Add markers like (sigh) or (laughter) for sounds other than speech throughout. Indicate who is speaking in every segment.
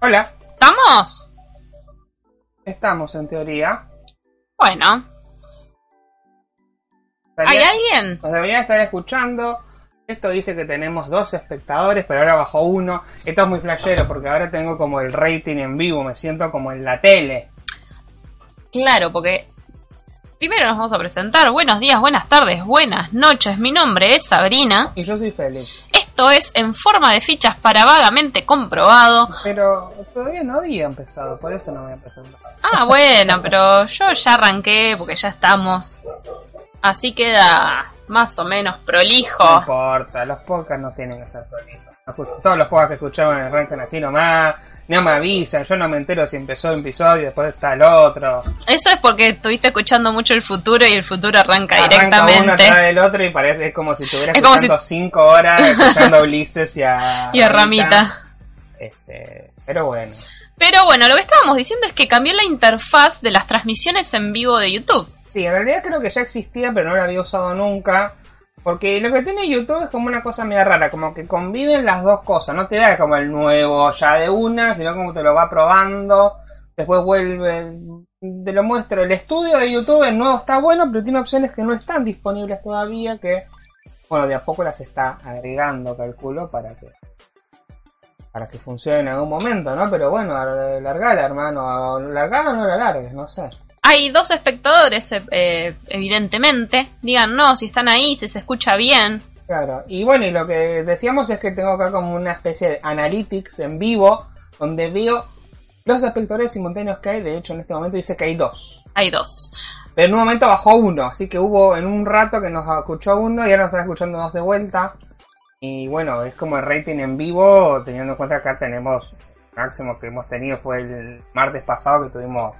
Speaker 1: Hola,
Speaker 2: ¿Estamos?
Speaker 1: estamos en teoría.
Speaker 2: Bueno, ¿hay
Speaker 1: Debería-
Speaker 2: alguien?
Speaker 1: Nos deberían estar escuchando. Esto dice que tenemos dos espectadores, pero ahora bajó uno. Esto es muy flashero porque ahora tengo como el rating en vivo, me siento como en la tele.
Speaker 2: Claro, porque primero nos vamos a presentar. Buenos días, buenas tardes, buenas noches. Mi nombre es Sabrina.
Speaker 1: Y yo soy feliz.
Speaker 2: Esto es en forma de fichas para vagamente comprobado.
Speaker 1: Pero todavía no había empezado, por eso no me voy a presentar.
Speaker 2: Ah, (laughs) bueno, pero yo ya arranqué porque ya estamos. Así queda más o menos
Speaker 1: No
Speaker 2: prolijo.
Speaker 1: importa, los podcasts no tienen que ser prolijos. No escucho- Todos los podcasts que escuchaban arrancan así nomás. No me avisan, yo no me entero si empezó un episodio y después está el otro.
Speaker 2: Eso es porque estuviste escuchando mucho el futuro y el futuro arranca
Speaker 1: Arranca uno atrás
Speaker 2: directamente.
Speaker 1: del otro y parece es como si estuviera
Speaker 2: Es como
Speaker 1: escuchando cinco horas escuchando (laughs) a Ulises y a,
Speaker 2: (laughs) Y a Ramita.
Speaker 1: Este, pero bueno,
Speaker 2: Pero bueno, lo que estábamos diciendo es que cambió la interfaz de las transmisiones en vivo de YouTube.
Speaker 1: sí, en realidad creo que ya existía, pero no la había usado nunca. Porque lo que tiene YouTube es como una cosa media rara, como que conviven las dos cosas. No te da como el nuevo ya de una, sino como te lo va probando. Después vuelve, te lo muestro. El estudio de YouTube, el nuevo está bueno, pero tiene opciones que no están disponibles todavía, que, bueno, de a poco las está agregando, calculo, para que para que funcione en algún momento, ¿no? Pero bueno, ar- largala, hermano. Largala o no la largues, no sé.
Speaker 2: Hay dos espectadores, e- eh, evidentemente. Díganos si están ahí, si se escucha bien.
Speaker 1: Claro, y bueno, y lo que decíamos es que tengo acá como una especie de analytics en vivo, donde veo los espectadores simultáneos que hay, de hecho en este momento dice que hay dos.
Speaker 2: Hay dos.
Speaker 1: Pero en un momento bajó uno, así que hubo en un rato que nos escuchó uno y ahora nos están escuchando dos de vuelta. Y bueno, es como el rating en vivo, teniendo en cuenta que acá tenemos, el máximo que hemos tenido fue el martes pasado que tuvimos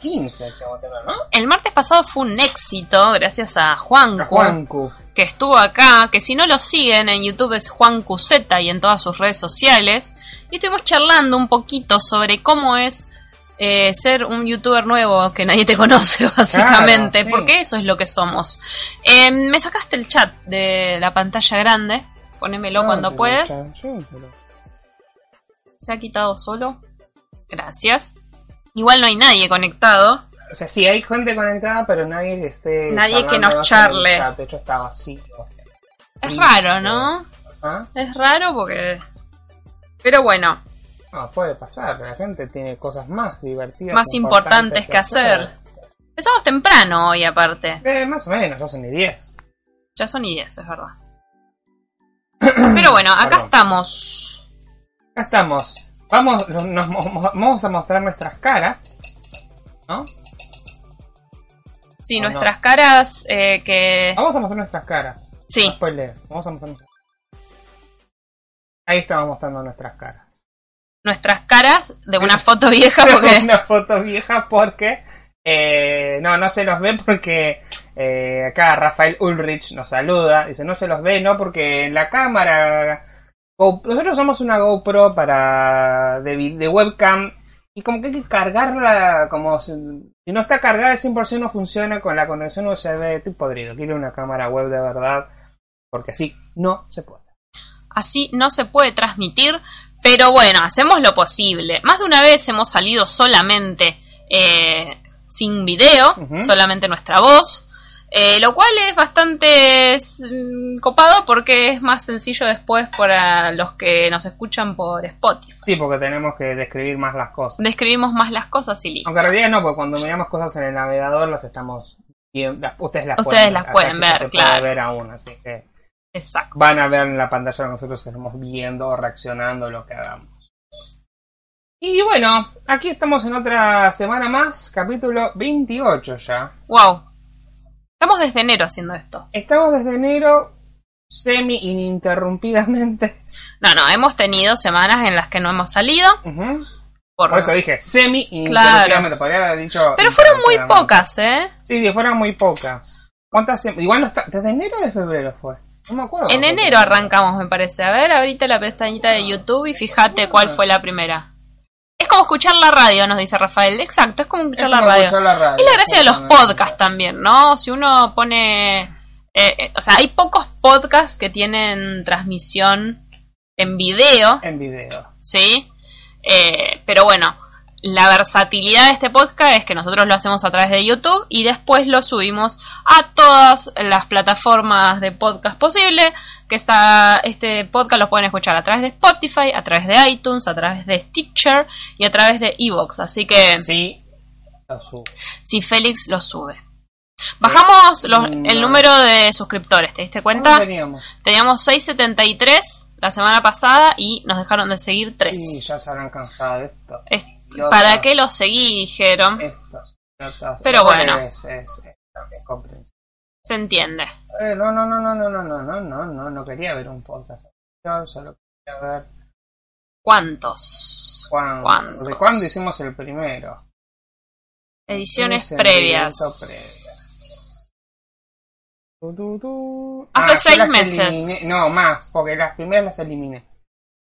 Speaker 1: 15, llegamos a tener, ¿no?
Speaker 2: El martes pasado fue un éxito, gracias a Juanco,
Speaker 1: Juancu.
Speaker 2: que estuvo acá. Que si no lo siguen en YouTube es Juan Cuseta y en todas sus redes sociales. Y estuvimos charlando un poquito sobre cómo es eh, ser un youtuber nuevo que nadie te (laughs) conoce, básicamente.
Speaker 1: sí.
Speaker 2: Porque eso es lo que somos. Eh, me sacaste el chat de la pantalla grande. Ponémelo
Speaker 1: Ah,
Speaker 2: cuando
Speaker 1: pero
Speaker 2: puedas.
Speaker 1: ya- sí, pero-
Speaker 2: Se ha quitado solo. Gracias. Igual no hay nadie conectado.
Speaker 1: O sea, sí hay gente conectada, pero nadie que esté.
Speaker 2: Nadie que
Speaker 1: charlando
Speaker 2: nos
Speaker 1: abajo del
Speaker 2: charle.
Speaker 1: chat. De hecho, está vacío.
Speaker 2: Es
Speaker 1: Sí,
Speaker 2: raro, ¿no?
Speaker 1: ¿Ah?
Speaker 2: Es raro porque... Pero bueno,
Speaker 1: No, Ah, puede pasar. La gente tiene cosas más divertidas.
Speaker 2: más importantes que hacer. Empezamos temprano hoy aparte.
Speaker 1: Eh, más o menos, no son ni 10.
Speaker 2: Ya son ideas, es (clears throat) verdad. Pero bueno, acá
Speaker 1: Perdón.
Speaker 2: estamos.
Speaker 1: Acá estamos. Vamos, nos, mo- mo- vamos a mostrar nuestras caras. ¿No?
Speaker 2: Sí,
Speaker 1: Oh, no.
Speaker 2: nuestras caras eh, que...
Speaker 1: Vamos a mostrar nuestras caras.
Speaker 2: Sí,
Speaker 1: No spoiler, Vamos a mostrar nuestras Ahí estamos mostrando nuestras caras.
Speaker 2: nuestras caras de una foto (laughs) vieja porque...
Speaker 1: una foto vieja porque eh, no, no se los ve porque eh, acá Rafael Ulrich nos saluda, dice no se los ve, no porque en la cámara Go- nosotros somos una GoPro para de, vi- de webcam y como que hay que cargarla como si, si no está cargada al 100% no funciona con la conexión USB, estoy podrido, quiero una cámara web de verdad porque así no se puede.
Speaker 2: Así no se puede transmitir, pero bueno, hacemos lo posible. Más de una vez hemos salido solamente eh, sin video,
Speaker 1: Ujú.
Speaker 2: solamente nuestra voz, eh, lo cual es bastante es, mm, copado porque es más sencillo después para los que nos escuchan por Spotify.
Speaker 1: Sí, porque tenemos que describir más las cosas.
Speaker 2: Describimos más las cosas y listo.
Speaker 1: Aunque en realidad no, porque cuando miramos cosas en el navegador las estamos viendo. las- Ustedes las
Speaker 2: Ustedes
Speaker 1: pueden ver.
Speaker 2: las pueden
Speaker 1: acá
Speaker 2: ver,
Speaker 1: se puede
Speaker 2: claro.
Speaker 1: ver aún, así que
Speaker 2: Exacto.
Speaker 1: van a ver en la pantalla lo que nosotros estamos viendo o reaccionando lo que hagamos. Y bueno, aquí estamos en otra semana más, capítulo 28 ya.
Speaker 2: Wow. Estamos desde enero haciendo esto.
Speaker 1: Estamos desde enero semi ininterrumpidamente.
Speaker 2: No, no, hemos tenido semanas en las que no hemos salido.
Speaker 1: Ujú.
Speaker 2: Por...
Speaker 1: Por eso dije semi ininterrumpidamente,
Speaker 2: Claro.
Speaker 1: podría haber dicho.
Speaker 2: Pero fueron muy
Speaker 1: ininterrumpidamente.
Speaker 2: pocas, ¿eh?
Speaker 1: Sí, sí, fueron muy pocas. ¿Cuántas? sem- Igual no está. ¿Desde enero o de febrero fue? No me acuerdo.
Speaker 2: En enero arrancamos, me parece. A ver, ahorita la pestañita de YouTube y
Speaker 1: Ah,
Speaker 2: fíjate cuál fue la primera. Es como escuchar la radio, nos dice Rafael. Exacto, es como
Speaker 1: Es
Speaker 2: escuchar
Speaker 1: como
Speaker 2: la radio.
Speaker 1: escuchar la radio,
Speaker 2: Es la gracia de los
Speaker 1: exactamente.
Speaker 2: podcasts también, ¿no? Si uno pone... eh, eh, o sea, hay pocos podcasts que tienen transmisión en video,
Speaker 1: En video.
Speaker 2: ¿sí? Eh, pero bueno, la versatilidad de este podcast es que nosotros lo hacemos a través de YouTube y después lo subimos a todas las plataformas de podcast posible. Que está, este podcast lo pueden escuchar a través de Spotify, a través de iTunes, a través de Stitcher y a través de Evox. Así que
Speaker 1: Sí, lo subo.
Speaker 2: si Félix lo sube. Bajamos los- el
Speaker 1: Mm, No.
Speaker 2: número de suscriptores, ¿te diste cuenta?
Speaker 1: ¿Cuánto teníamos?
Speaker 2: Teníamos 673 la semana pasada y nos dejaron de seguir 3.
Speaker 1: Y ya se habrán cansado de esto. Idiota.
Speaker 2: ¿Para qué lo seguí? Dijeron.
Speaker 1: Estos idiotas.
Speaker 2: Pero bueno.
Speaker 1: Es, es, es- es comprensible.
Speaker 2: Se entiende.
Speaker 1: Eh, no, no, no, no, no, no, no, no, no, no, no quería ver un podcast. Yo solo quería ver
Speaker 2: ¿Cuántos?
Speaker 1: cuándo.
Speaker 2: ¿Cuántos?
Speaker 1: ¿De cuándo hicimos el primero?
Speaker 2: Ediciones
Speaker 1: Ese
Speaker 2: previas.
Speaker 1: momento previa. Tu, tu, tu.
Speaker 2: Hace
Speaker 1: Ah, yo
Speaker 2: seis
Speaker 1: las
Speaker 2: meses.
Speaker 1: eliminé- No, más, porque las primeras las eliminé.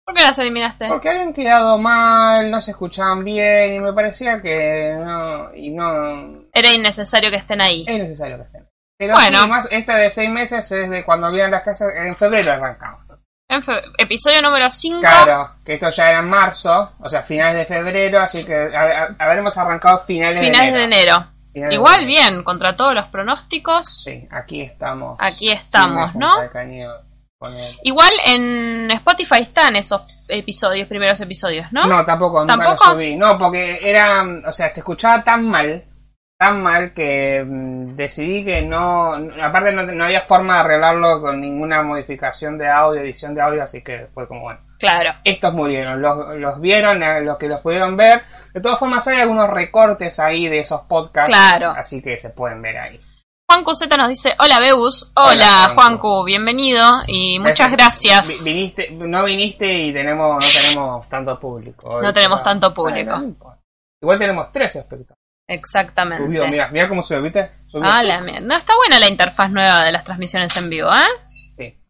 Speaker 2: ¿Por qué las eliminaste?
Speaker 1: Porque habían quedado mal, no se escuchaban bien y me parecía que no, y no,
Speaker 2: Era innecesario que estén ahí.
Speaker 1: es necesario que estén. Pero
Speaker 2: Bueno.
Speaker 1: sí, más, esta de seis meses es de cuando vienen las casas, en febrero arrancamos.
Speaker 2: En fe- episodio número 5.
Speaker 1: Claro, que esto ya era en marzo, o sea, finales de febrero, así que ha- ha- habremos arrancado finales,
Speaker 2: finales
Speaker 1: de
Speaker 2: de
Speaker 1: enero.
Speaker 2: enero.
Speaker 1: Finales de
Speaker 2: Igual
Speaker 1: enero.
Speaker 2: bien, contra todos los pronósticos.
Speaker 1: Sí, aquí estamos.
Speaker 2: Aquí estamos,
Speaker 1: Una
Speaker 2: ¿no?
Speaker 1: punta de cañón con el-
Speaker 2: Igual en Spotify están esos episodios, primeros episodios, ¿no?
Speaker 1: No, tampoco, nunca lo
Speaker 2: ¿Tampoco?
Speaker 1: subí. No, porque era, o sea, se escuchaba tan mal, tan mal que mm, decidí que no, aparte no, no había forma de arreglarlo con ninguna modificación de audio, edición de audio, así que fue como bueno.
Speaker 2: Claro.
Speaker 1: estos murieron, los, los vieron, eh, los que los pudieron ver. De todas formas, hay algunos recortes ahí de esos podcasts.
Speaker 2: Claro.
Speaker 1: Así que se pueden ver ahí.
Speaker 2: Juan Cuseta nos dice, hola Beus,
Speaker 1: Hola,
Speaker 2: hola,
Speaker 1: Juancu.
Speaker 2: Juancu, bienvenido y muchas
Speaker 1: Vi-
Speaker 2: gracias.
Speaker 1: viniste, no viniste y tenemos, no tenemos tanto público. hoy,
Speaker 2: No tenemos
Speaker 1: pero-
Speaker 2: tanto público.
Speaker 1: Bueno, no importa. Igual tenemos tres espectadores. Subió,
Speaker 2: Exactamente.
Speaker 1: mirá, mirá cómo subió, ¿viste? Subió.
Speaker 2: Ah, la mier- No, está buena la interfaz nueva de las transmisiones en vivo, ¿eh?
Speaker 1: Sí.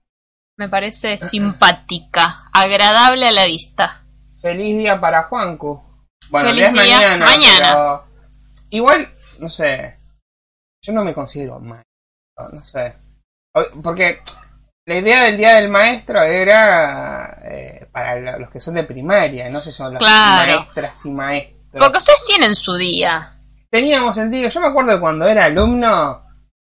Speaker 2: Me
Speaker 1: (laughs)
Speaker 2: parece simpática, agradable a la vista.
Speaker 1: Feliz día para Juancu. Bueno,
Speaker 2: Feliz
Speaker 1: ya es
Speaker 2: día
Speaker 1: mañana.
Speaker 2: mañana.
Speaker 1: pero Igual, no sé. Yo no me considero maestro, no sé. O- Porque la idea del día del maestro era eh, para lo- los que son de primaria, no sé, son los
Speaker 2: Claro.
Speaker 1: maestras y maestros.
Speaker 2: Porque ustedes tienen su día.
Speaker 1: Teníamos sentido, yo me acuerdo de cuando era alumno,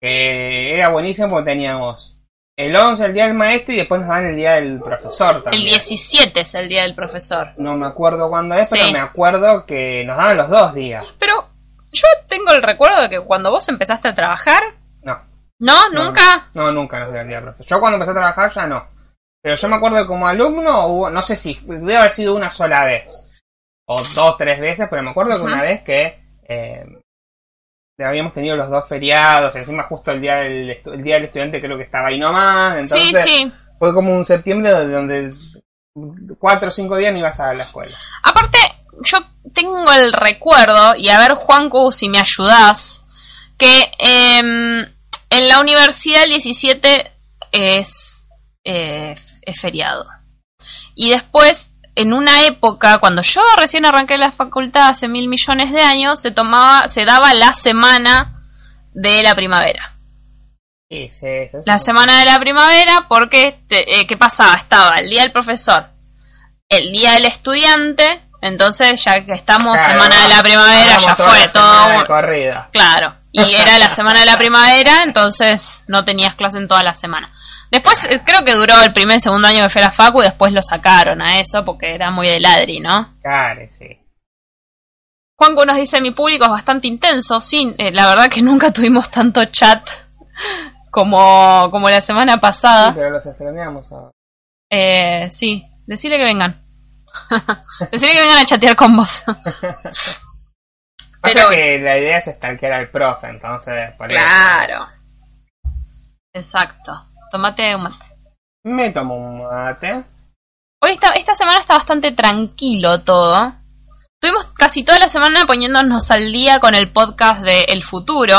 Speaker 1: que era buenísimo porque teníamos el 11 el día del maestro y después nos dan el día del profesor también.
Speaker 2: El 17 es el día del profesor.
Speaker 1: No me acuerdo cuándo es, pero
Speaker 2: Sí.
Speaker 1: me acuerdo que nos daban los dos días.
Speaker 2: Pero yo tengo el recuerdo de que cuando vos empezaste a trabajar,
Speaker 1: No,
Speaker 2: ¿no?
Speaker 1: No,
Speaker 2: ¿Nunca?
Speaker 1: no, nunca nos dio el día del profesor. Yo cuando empecé a trabajar ya no. Pero yo me acuerdo que como alumno hubo, no sé si, debe haber sido una sola vez. O dos, tres veces, pero me acuerdo que
Speaker 2: Ajá.
Speaker 1: una vez que eh, habíamos tenido los dos feriados, encima justo el día del, estu- el día del estudiante creo que estaba ahí nomás, entonces
Speaker 2: sí, sí.
Speaker 1: fue como un septiembre donde cuatro o cinco días no ibas a la escuela.
Speaker 2: Aparte, yo tengo el recuerdo, y a ver, Juancu, si me ayudás, que em, en la universidad el 17 es, eh, es feriado. Y después, en una época, cuando yo recién arranqué la facultad hace mil millones de años, se tomaba, se daba la semana de la primavera
Speaker 1: Sí, sí, sí,
Speaker 2: la
Speaker 1: sí.
Speaker 2: semana de la primavera porque, te- eh, ¿qué pasaba? Estaba el día del profesor, el día del estudiante, entonces ya que estamos
Speaker 1: Claro,
Speaker 2: Ah, semana de la primavera,
Speaker 1: hagamos
Speaker 2: ya
Speaker 1: toda
Speaker 2: fue
Speaker 1: la semana de
Speaker 2: todo.
Speaker 1: corrida.
Speaker 2: Claro,
Speaker 1: (laughs)
Speaker 2: y era la semana de la primavera, entonces no tenías clase en toda la semana. Después eh, creo que duró el primer, segundo año que fui a la facu y después lo sacaron a eso porque era muy de ladri, ¿no?
Speaker 1: Claro, sí.
Speaker 2: Juanco nos dice, mi público es bastante intenso. Sí, eh, la verdad que (laughs) nunca tuvimos tanto chat como, como la semana
Speaker 1: Sí,
Speaker 2: pasada.
Speaker 1: pero los extrañamos ahora.
Speaker 2: Eh, sí, decirle que vengan. (laughs) decirle que vengan a chatear con vos.
Speaker 1: Pasa
Speaker 2: Pero-
Speaker 1: que la idea es stalkear al profe, entonces por eso.
Speaker 2: Exacto. Tomate un mate.
Speaker 1: Me tomo un mate.
Speaker 2: Hoy esta, esta semana está bastante tranquilo todo. Estuvimos casi toda la semana poniéndonos al día con el podcast de El Futuro,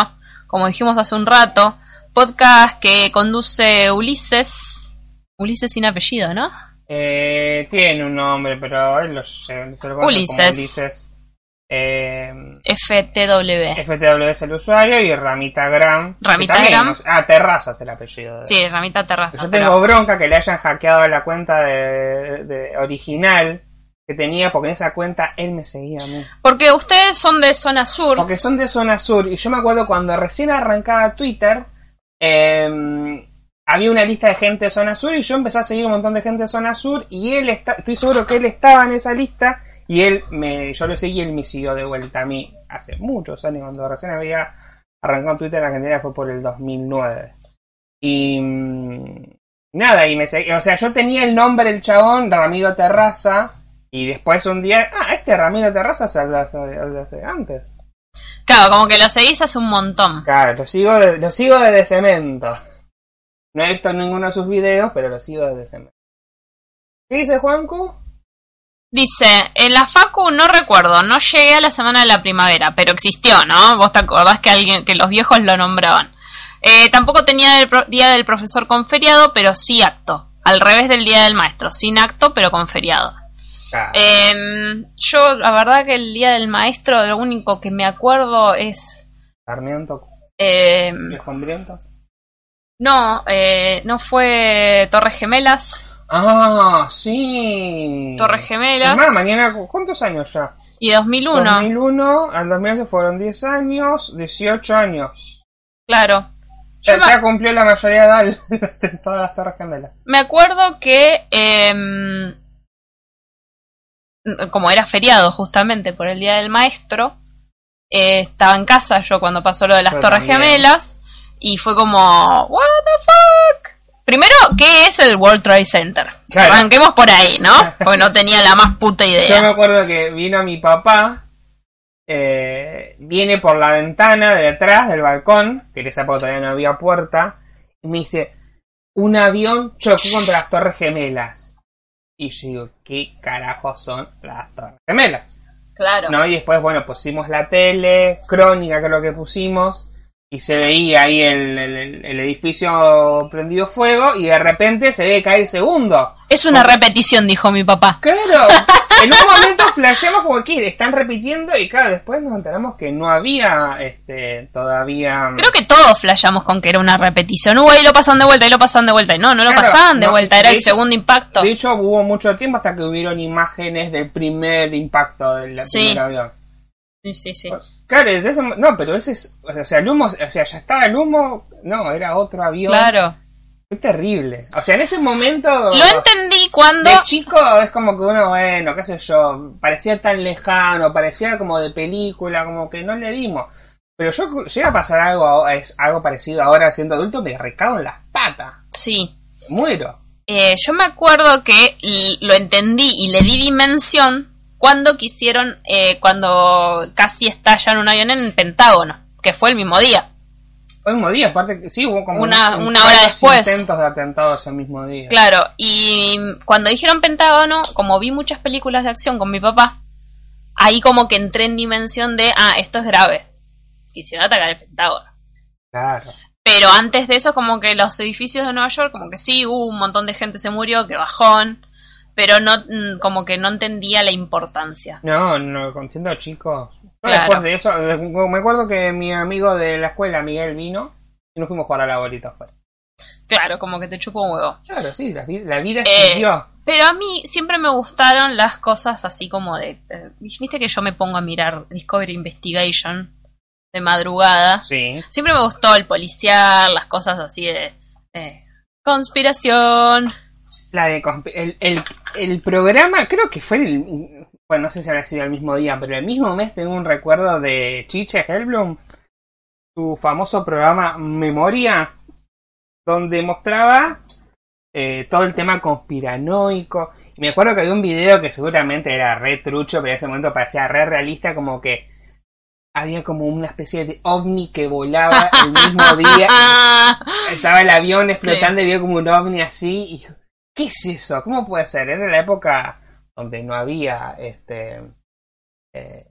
Speaker 2: como dijimos hace un rato. Podcast que conduce Ulises. Ulises sin apellido, ¿no?
Speaker 1: Eh, tiene un nombre, pero él lo, lle- se lo conoce
Speaker 2: Ulises.
Speaker 1: como Ulises. Eh,
Speaker 2: FTW.
Speaker 1: FTW es el usuario y Ramita Gram. que
Speaker 2: Ramita
Speaker 1: también
Speaker 2: Gram.
Speaker 1: nos- Ah, Terrazas el apellido. de-
Speaker 2: Sí, Ramita Terraza.
Speaker 1: Yo
Speaker 2: pero-
Speaker 1: tengo bronca que le hayan hackeado la cuenta de, de original que tenía, porque en esa cuenta él me seguía a mí.
Speaker 2: Porque ustedes son de zona sur.
Speaker 1: Porque son de zona sur. Y yo me acuerdo cuando recién arrancaba Twitter, eh, había una lista de gente de zona sur y yo empecé a seguir un montón de gente de zona sur y él está, estoy seguro que él estaba en esa lista y él me, yo lo seguí y él me siguió de vuelta a mí hace muchos años, cuando recién había arrancado Twitter en Argentina fue por el 2009. Y mm, nada, y me seguí, o sea, yo tenía el nombre del chabón, Ramiro Terraza, y después un día, ah, este Ramiro Terraza se habla hace antes.
Speaker 2: Claro, como que lo seguís hace un montón.
Speaker 1: Claro, lo sigo, de- lo sigo desde cemento. No he visto ninguno de sus videos, pero lo sigo desde cemento. ¿Qué dice Juancu?
Speaker 2: Dice, en la Facu no recuerdo, no llegué a la semana de la primavera, pero existió, ¿no? Vos te acordás que alguien, que los viejos lo nombraban. Eh, tampoco tenía el pro- día del profesor con feriado, pero sí acto. Al revés del día del maestro, sin acto, pero con feriado.
Speaker 1: Claro.
Speaker 2: Em, yo, la verdad que el día del maestro, lo único que me acuerdo es...
Speaker 1: Sarmiento,
Speaker 2: em,
Speaker 1: Escondriento.
Speaker 2: no, eh, no fue Torres Gemelas.
Speaker 1: Ah, sí.
Speaker 2: Torres Gemelas.
Speaker 1: Es más, Mm. mañana, ¿cuántos años ya?
Speaker 2: Y 2001,
Speaker 1: 2001 al 2011 fueron 10 años, 18 años.
Speaker 2: claro. Yo
Speaker 1: Ya,
Speaker 2: me-
Speaker 1: ya cumplió la mayoría de edad (laughs) de todas las Torres Gemelas.
Speaker 2: Me acuerdo que, em, como era feriado justamente por el Día del Maestro, eh, estaba en casa yo cuando pasó lo de las
Speaker 1: Yo
Speaker 2: Torres
Speaker 1: también.
Speaker 2: Gemelas y fue como, ¿What the fuck? Primero, ¿qué es el World Trade Center?
Speaker 1: Claro.
Speaker 2: Arranquemos por ahí, ¿no?
Speaker 1: (laughs)
Speaker 2: Porque no tenía la más puta
Speaker 1: Yo me
Speaker 2: idea.
Speaker 1: acuerdo que vino mi papá, eh, viene por la ventana de atrás del balcón, que en esa época todavía no había puerta, y me dice, un avión chocó contra las torres gemelas. Y yo digo, ¿qué carajo son las torres gemelas?
Speaker 2: Claro.
Speaker 1: ¿No? Y después, bueno, pusimos la tele, crónica creo que pusimos, y se veía ahí el, el- el edificio prendido fuego, y de repente se ve caer el segundo.
Speaker 2: Es una repetición, dijo mi papá.
Speaker 1: Claro, en un momento flasheamos como que están repitiendo y claro, después nos enteramos que no había este todavía...
Speaker 2: Creo que todos flashamos con que era una repetición. Uy, ahí lo pasan de vuelta, ahí lo pasan de vuelta. Y no, no lo
Speaker 1: Claro,
Speaker 2: pasaban de
Speaker 1: no,
Speaker 2: vuelta, era
Speaker 1: de
Speaker 2: el
Speaker 1: hecho-
Speaker 2: segundo impacto.
Speaker 1: De hecho hubo mucho tiempo hasta que hubieron imágenes del primer impacto del
Speaker 2: Sí.
Speaker 1: primer avión.
Speaker 2: Sí, sí, sí.
Speaker 1: Claro, desde ese mo- no, pero ese es... O sea, el humo, o sea, ya estaba el humo, no, era otro avión.
Speaker 2: Claro.
Speaker 1: Fue terrible. O sea, en ese momento...
Speaker 2: Lo entendí cuando.
Speaker 1: De chico es como que uno, bueno, qué sé yo, parecía tan lejano, parecía como de película, como que no le dimos. Pero yo cu- llega a pasar algo, a- es algo parecido ahora siendo adulto, me recago en las patas.
Speaker 2: Sí.
Speaker 1: Muero.
Speaker 2: Eh, yo me acuerdo que l- lo entendí y le di dimensión cuando quisieron. eh, cuando casi estallan un avión en el Pentágono. Que fue el mismo día.
Speaker 1: El mismo día, aparte, que sí, hubo como
Speaker 2: Una- una
Speaker 1: varios
Speaker 2: hora después.
Speaker 1: intentos de atentados ese mismo día.
Speaker 2: Claro. Y cuando dijeron Pentágono, como vi muchas películas de acción con mi papá, ahí como que entré en dimensión de. Ah, esto es grave. Quisieron atacar el Pentágono.
Speaker 1: Claro.
Speaker 2: Pero antes de eso, como que los edificios de Nueva York, como que sí, hubo un montón de gente se murió, que bajón. Pero no, mm, como que no entendía la importancia.
Speaker 1: No, no, con siendo chico. Yo
Speaker 2: Claro.
Speaker 1: Después de eso, de- me acuerdo que mi amigo de la escuela, Miguel, vino y nos fuimos a jugar a la bolita afuera.
Speaker 2: Claro, como que te chupa un huevo.
Speaker 1: Claro, sí, la, vi- la vida
Speaker 2: Eh,
Speaker 1: siguió.
Speaker 2: Pero a mí siempre me gustaron las cosas así como de. eh, Viste que yo me pongo a mirar Discovery Investigation de madrugada.
Speaker 1: Sí.
Speaker 2: Siempre me gustó el policial, las cosas así de. eh, conspiración.
Speaker 1: La de consp- el, el, el programa, creo que fue el. Bueno, no sé si habrá sido el mismo día, pero el mismo mes tengo un recuerdo de Chiche Hellblum, su famoso programa Memoria, donde mostraba eh, todo el tema conspiranoico. Y me acuerdo que había un video que seguramente era re trucho, pero en ese momento parecía re realista, como que había como una especie de ovni que volaba el mismo día
Speaker 2: (laughs)
Speaker 1: estaba el avión explotando y vio como un ovni así. Y, ¿Qué es eso? ¿Cómo puede ser? Era la época donde no había este. eh,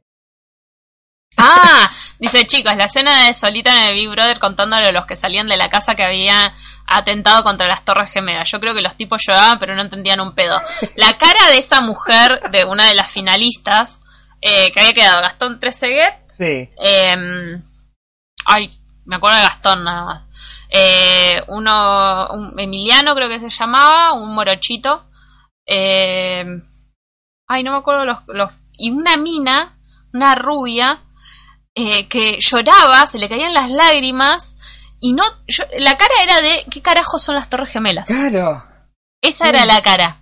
Speaker 2: Ah, dice chicos, la escena de Solita en el Big Brother contándole a los que salían de la casa que había atentado contra las Torres Gemelas. Yo creo que los tipos lloraban, pero no entendían un pedo. La cara de esa mujer, de una de las finalistas, eh, que había quedado Gastón Treseguet,
Speaker 1: sí.
Speaker 2: eh, ay, me acuerdo de Gastón nada más. Eh, uno, un Emiliano creo que se llamaba, un morochito. Eh, Ay, no me acuerdo los. los y una mina, una rubia, eh, que lloraba, se le caían las lágrimas. Y no. yo- la cara era de. ¿Qué carajo son las Torres Gemelas?
Speaker 1: Claro.
Speaker 2: Esa era la cara.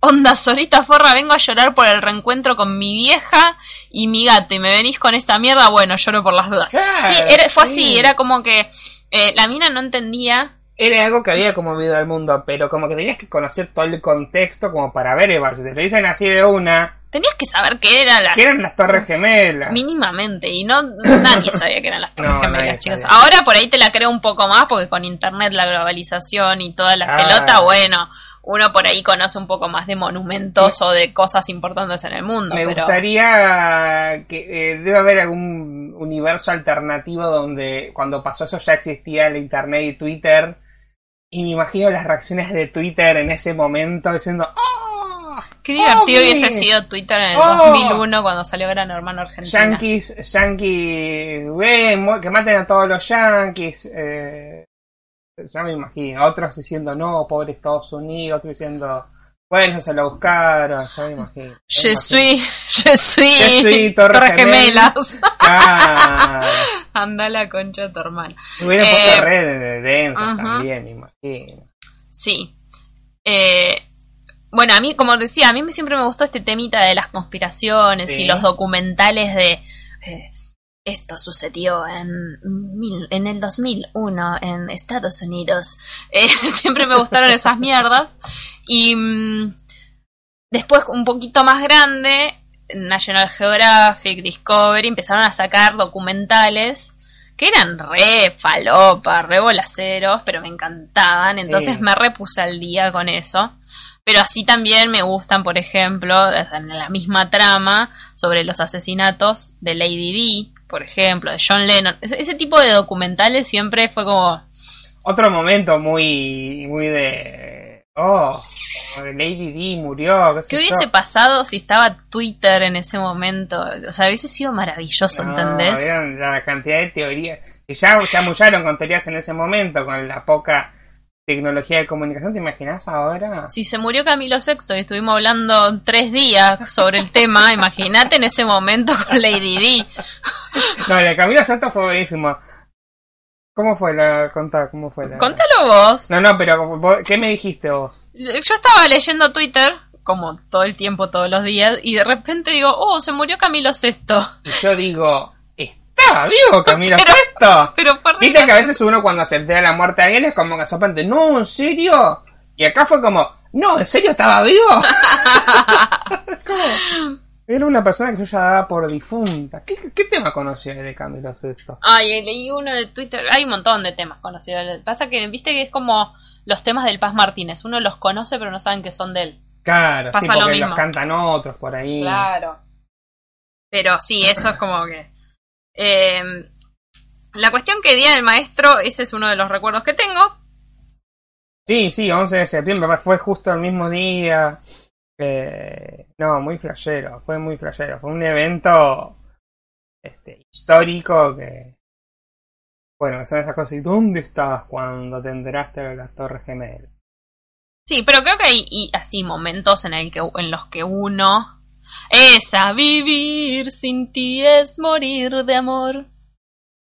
Speaker 2: Onda, solita forra, vengo a llorar por el reencuentro con mi vieja y mi gato. Y me venís con esta mierda, bueno, lloro por las dudas.
Speaker 1: Claro,
Speaker 2: sí, era- fue así,
Speaker 1: sí.
Speaker 2: era como que eh, la mina no entendía.
Speaker 1: Era algo que había conmovido al mundo, pero como que tenías que conocer todo el contexto como para ver, Eva. Si te lo dicen así de una,
Speaker 2: Tenías que saber qué era la.
Speaker 1: que eran las Torres Gemelas?
Speaker 2: Mínimamente, y no nadie sabía que eran las torres
Speaker 1: (laughs) No,
Speaker 2: gemelas,
Speaker 1: nadie
Speaker 2: chicos.
Speaker 1: sabía.
Speaker 2: Ahora por ahí te la creo un poco más, porque con internet, la globalización y todas las
Speaker 1: Ah.
Speaker 2: pelotas, bueno, uno por ahí conoce un poco más de monumentos o de cosas importantes en el mundo.
Speaker 1: Me
Speaker 2: pero...
Speaker 1: gustaría que eh, debe haber algún universo alternativo donde cuando pasó eso ya existía el internet y Twitter. Y me imagino las reacciones de Twitter en ese momento diciendo ¡Oh!
Speaker 2: Qué divertido
Speaker 1: Ovnis.
Speaker 2: hubiese sido Twitter en el
Speaker 1: Oh.
Speaker 2: 2001 cuando salió Gran Hermano Argentina.
Speaker 1: Yankees, yankees, güey, mu- que maten a todos los yankees. Eh, ya me imagino. Otros diciendo no, pobre Estados Unidos. Otros diciendo, bueno, se lo buscaron. Ya me imagino. Ya me
Speaker 2: Je
Speaker 1: imagino.
Speaker 2: suis, je suis,
Speaker 1: Je suis
Speaker 2: (laughs)
Speaker 1: Torres
Speaker 2: Gemelas. (laughs)
Speaker 1: Claro.
Speaker 2: Anda la concha de tu hermano.
Speaker 1: Si hubiera un
Speaker 2: Eh,
Speaker 1: poco de redes de- densas
Speaker 2: ajá.
Speaker 1: también, me imagino.
Speaker 2: Sí. Eh, bueno, a mí, como decía, a mí me- siempre me gustó este temita de las conspiraciones
Speaker 1: Sí.
Speaker 2: y los documentales de... eh, esto sucedió en, mil- en el 2001 en Estados Unidos. Eh, (laughs) siempre me gustaron esas mierdas. Y mm, después, un poquito más grande, National Geographic, Discovery, empezaron a sacar documentales que eran re falopa, re bolaceros, pero me encantaban. Entonces
Speaker 1: Sí.
Speaker 2: me repuse al día con eso. Pero así también me gustan, por ejemplo, en la misma trama, sobre los asesinatos de Lady D, por ejemplo, de John Lennon. Ese, ese tipo de documentales siempre fue como.
Speaker 1: Otro momento muy, muy de. Oh, Lady D murió. qué sé
Speaker 2: ¿Qué
Speaker 1: yo.
Speaker 2: hubiese pasado si estaba Twitter en ese momento? O sea, hubiese sido maravilloso,
Speaker 1: No,
Speaker 2: ¿entendés?
Speaker 1: vieron la cantidad de teorías. Que ya se amullaron con teorías en ese momento, con la poca tecnología de comunicación. ¿Te
Speaker 2: (laughs)
Speaker 1: imaginas ahora?
Speaker 2: Si se murió Camilo VI y estuvimos hablando tres días sobre el tema, imagínate en ese momento con Lady D.
Speaker 1: No, el Camilo Santos fue buenísimo. ¿Cómo fue la contá? ¿Cómo fue la.?
Speaker 2: Contalo vos.
Speaker 1: No, no, pero vos- ¿qué me dijiste vos?
Speaker 2: Yo estaba leyendo Twitter, como todo el tiempo, todos los días, y de repente digo, oh, se murió Camilo VI.
Speaker 1: Y yo digo, ¿estaba vivo Camilo
Speaker 2: (laughs) Pero-
Speaker 1: Santos?
Speaker 2: (laughs) Pero por
Speaker 1: Viste que a veces uno cuando se entera la muerte de alguien es como que sorprende, no, ¿en serio? Y acá fue como, no, ¿en serio
Speaker 2: (laughs)
Speaker 1: estaba vivo? Como, Era una persona que yo ya daba por difunta. ¿Qué, qué tema conocía de Camilo Sesto?
Speaker 2: Ay, leí uno de Twitter. Hay un montón de temas conocidos. Pasa que, viste que es como los temas del Paz Martínez. Uno los conoce, pero no saben que son de él.
Speaker 1: Claro, sí,
Speaker 2: Pasa lo
Speaker 1: porque
Speaker 2: mismo.
Speaker 1: los cantan otros por ahí.
Speaker 2: Claro. Pero sí, eso es como que. eh, la cuestión que Día del Maestro, ese es uno de los recuerdos que tengo.
Speaker 1: Sí, sí, 11 de septiembre, fue justo el mismo día. Eh, no, muy flashero, fue muy flashero. Fue un evento este, histórico que... Bueno, son esas cosas. ¿Y dónde estabas cuando te enteraste de las Torres Gemelas?
Speaker 2: Sí, pero creo que hay y así momentos en, el que, en los que uno. Esa, vivir sin ti es morir de amor.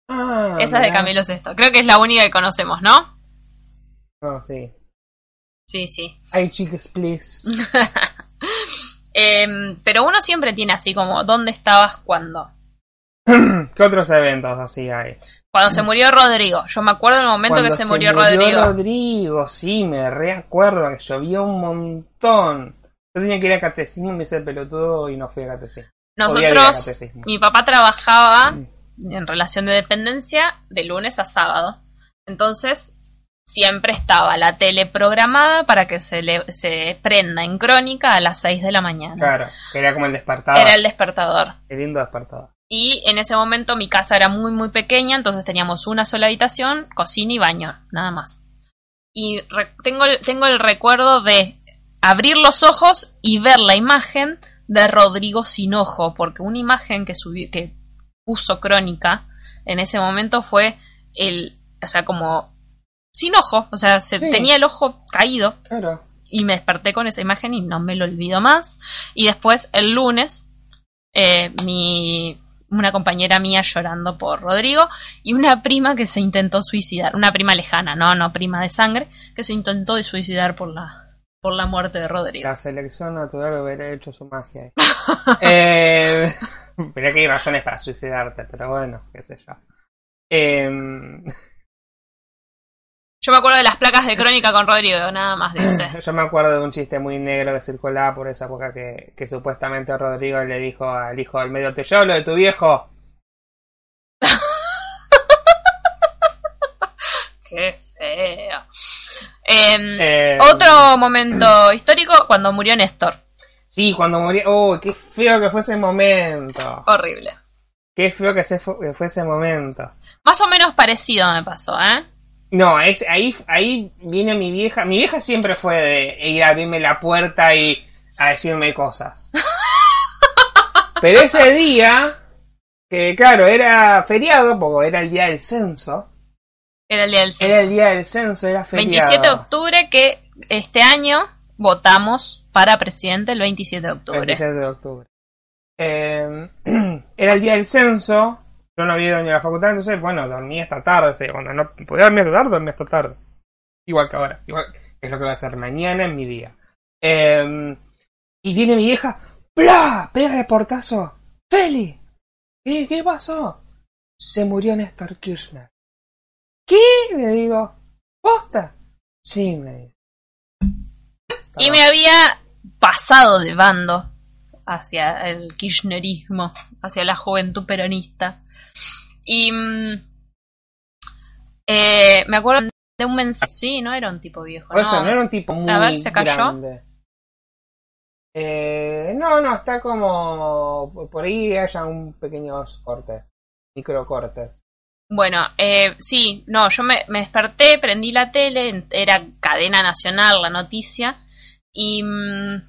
Speaker 1: Ah,
Speaker 2: Esa es de
Speaker 1: mirá.
Speaker 2: Camilo Sesto. Creo que es la única que conocemos, ¿no?
Speaker 1: No, Ah, sí.
Speaker 2: Sí, sí.
Speaker 1: Ay, chicas, please. (laughs)
Speaker 2: Em, pero uno siempre tiene así como, ¿dónde estabas cuando?
Speaker 1: ¿Qué otros eventos así hay?
Speaker 2: Cuando se murió Rodrigo. Yo me acuerdo del momento
Speaker 1: Cuando
Speaker 2: que se, murió, Rodrigo.
Speaker 1: Rodrigo, sí, me reacuerdo que llovía un montón. Yo tenía que ir a catecismo y me hice el pelotudo y no fui a catecismo. Podía ir a
Speaker 2: Nosotros,
Speaker 1: catecismo.
Speaker 2: mi papá trabajaba en relación de dependencia de lunes a sábado. Entonces, siempre estaba la tele programada para que se, le, se prenda en crónica a las 6 de la mañana.
Speaker 1: Claro, que era como el despertador.
Speaker 2: Era el despertador.
Speaker 1: Qué lindo despertador.
Speaker 2: Y en ese momento mi casa era muy muy pequeña, entonces teníamos una sola habitación, cocina y baño, nada más. Y re- tengo, el- tengo el recuerdo de abrir los ojos y ver la imagen de Rodrigo sin ojo, porque una imagen que, subió, que puso Crónica en ese momento fue el, o sea, como sin ojo, o sea, se
Speaker 1: Sí.
Speaker 2: tenía el ojo caído
Speaker 1: Claro.
Speaker 2: y me desperté con esa imagen y no me lo olvido más. Y después el lunes, eh, mi, una compañera mía llorando por Rodrigo y una prima que se intentó suicidar, una prima lejana, no, no prima de sangre, que se intentó suicidar por la por la muerte de Rodrigo.
Speaker 1: La selección natural hubiera hecho su magia.
Speaker 2: (laughs)
Speaker 1: ahí. eh, mirá que hay razones para suicidarte, pero bueno, qué sé yo. Em,
Speaker 2: Yo me acuerdo de las placas de crónica con Rodrigo, nada más de
Speaker 1: (laughs)
Speaker 2: ese.
Speaker 1: yo me acuerdo de un chiste muy negro que circulaba por esa época que, que supuestamente Rodrigo le dijo al hijo del medio, te llevo lo de tu viejo.
Speaker 2: Qué feo. Em,
Speaker 1: Eh,
Speaker 2: Otro momento histórico cuando murió Néstor.
Speaker 1: Sí, cuando murió... ¡Uy, qué feo que fue ese momento!
Speaker 2: Horrible.
Speaker 1: Qué feo que, se fu- que fue ese momento.
Speaker 2: Más o menos parecido me pasó, ¿eh?
Speaker 1: No, es, ahí, ahí viene mi vieja. Mi vieja siempre fue de ir a abrirme la puerta y a decirme cosas. Pero ese día, que claro, era feriado, porque era el día del censo.
Speaker 2: Era el día del
Speaker 1: Era el
Speaker 2: censo.
Speaker 1: día del censo, era feriado.
Speaker 2: 27 de octubre que este año votamos para presidente el 27 de octubre.
Speaker 1: 26 de octubre. Eh, (clears throat) era el día del censo. Yo no había ido ni a la facultad, entonces, bueno, dormí hasta tarde. o sea, Cuando no podía dormir hasta tarde, dormí hasta tarde. Igual que ahora. Igual que es lo que voy a hacer mañana en mi día. Eh, y viene mi vieja. ¡Bla! Pégale portazo. ¡Feli! ¿Qué, ¿Qué pasó? Se murió Néstor Kirchner. ¿Qué? Le digo. ¿Posta? Sí, me dice.
Speaker 2: Y me había pasado de bando hacia el kirchnerismo, hacia la juventud peronista. Y mm, eh, me acuerdo de un mensaje. Sí, no era un tipo viejo.
Speaker 1: O sea,
Speaker 2: no.
Speaker 1: no era un tipo muy
Speaker 2: A ver, ¿se cayó?
Speaker 1: grande. Eh, no, no, está como por ahí haya un pequeños cortes, microcortes.
Speaker 2: Bueno, eh, sí, no, yo me, me desperté, prendí la tele, en- era cadena nacional la noticia, y mm,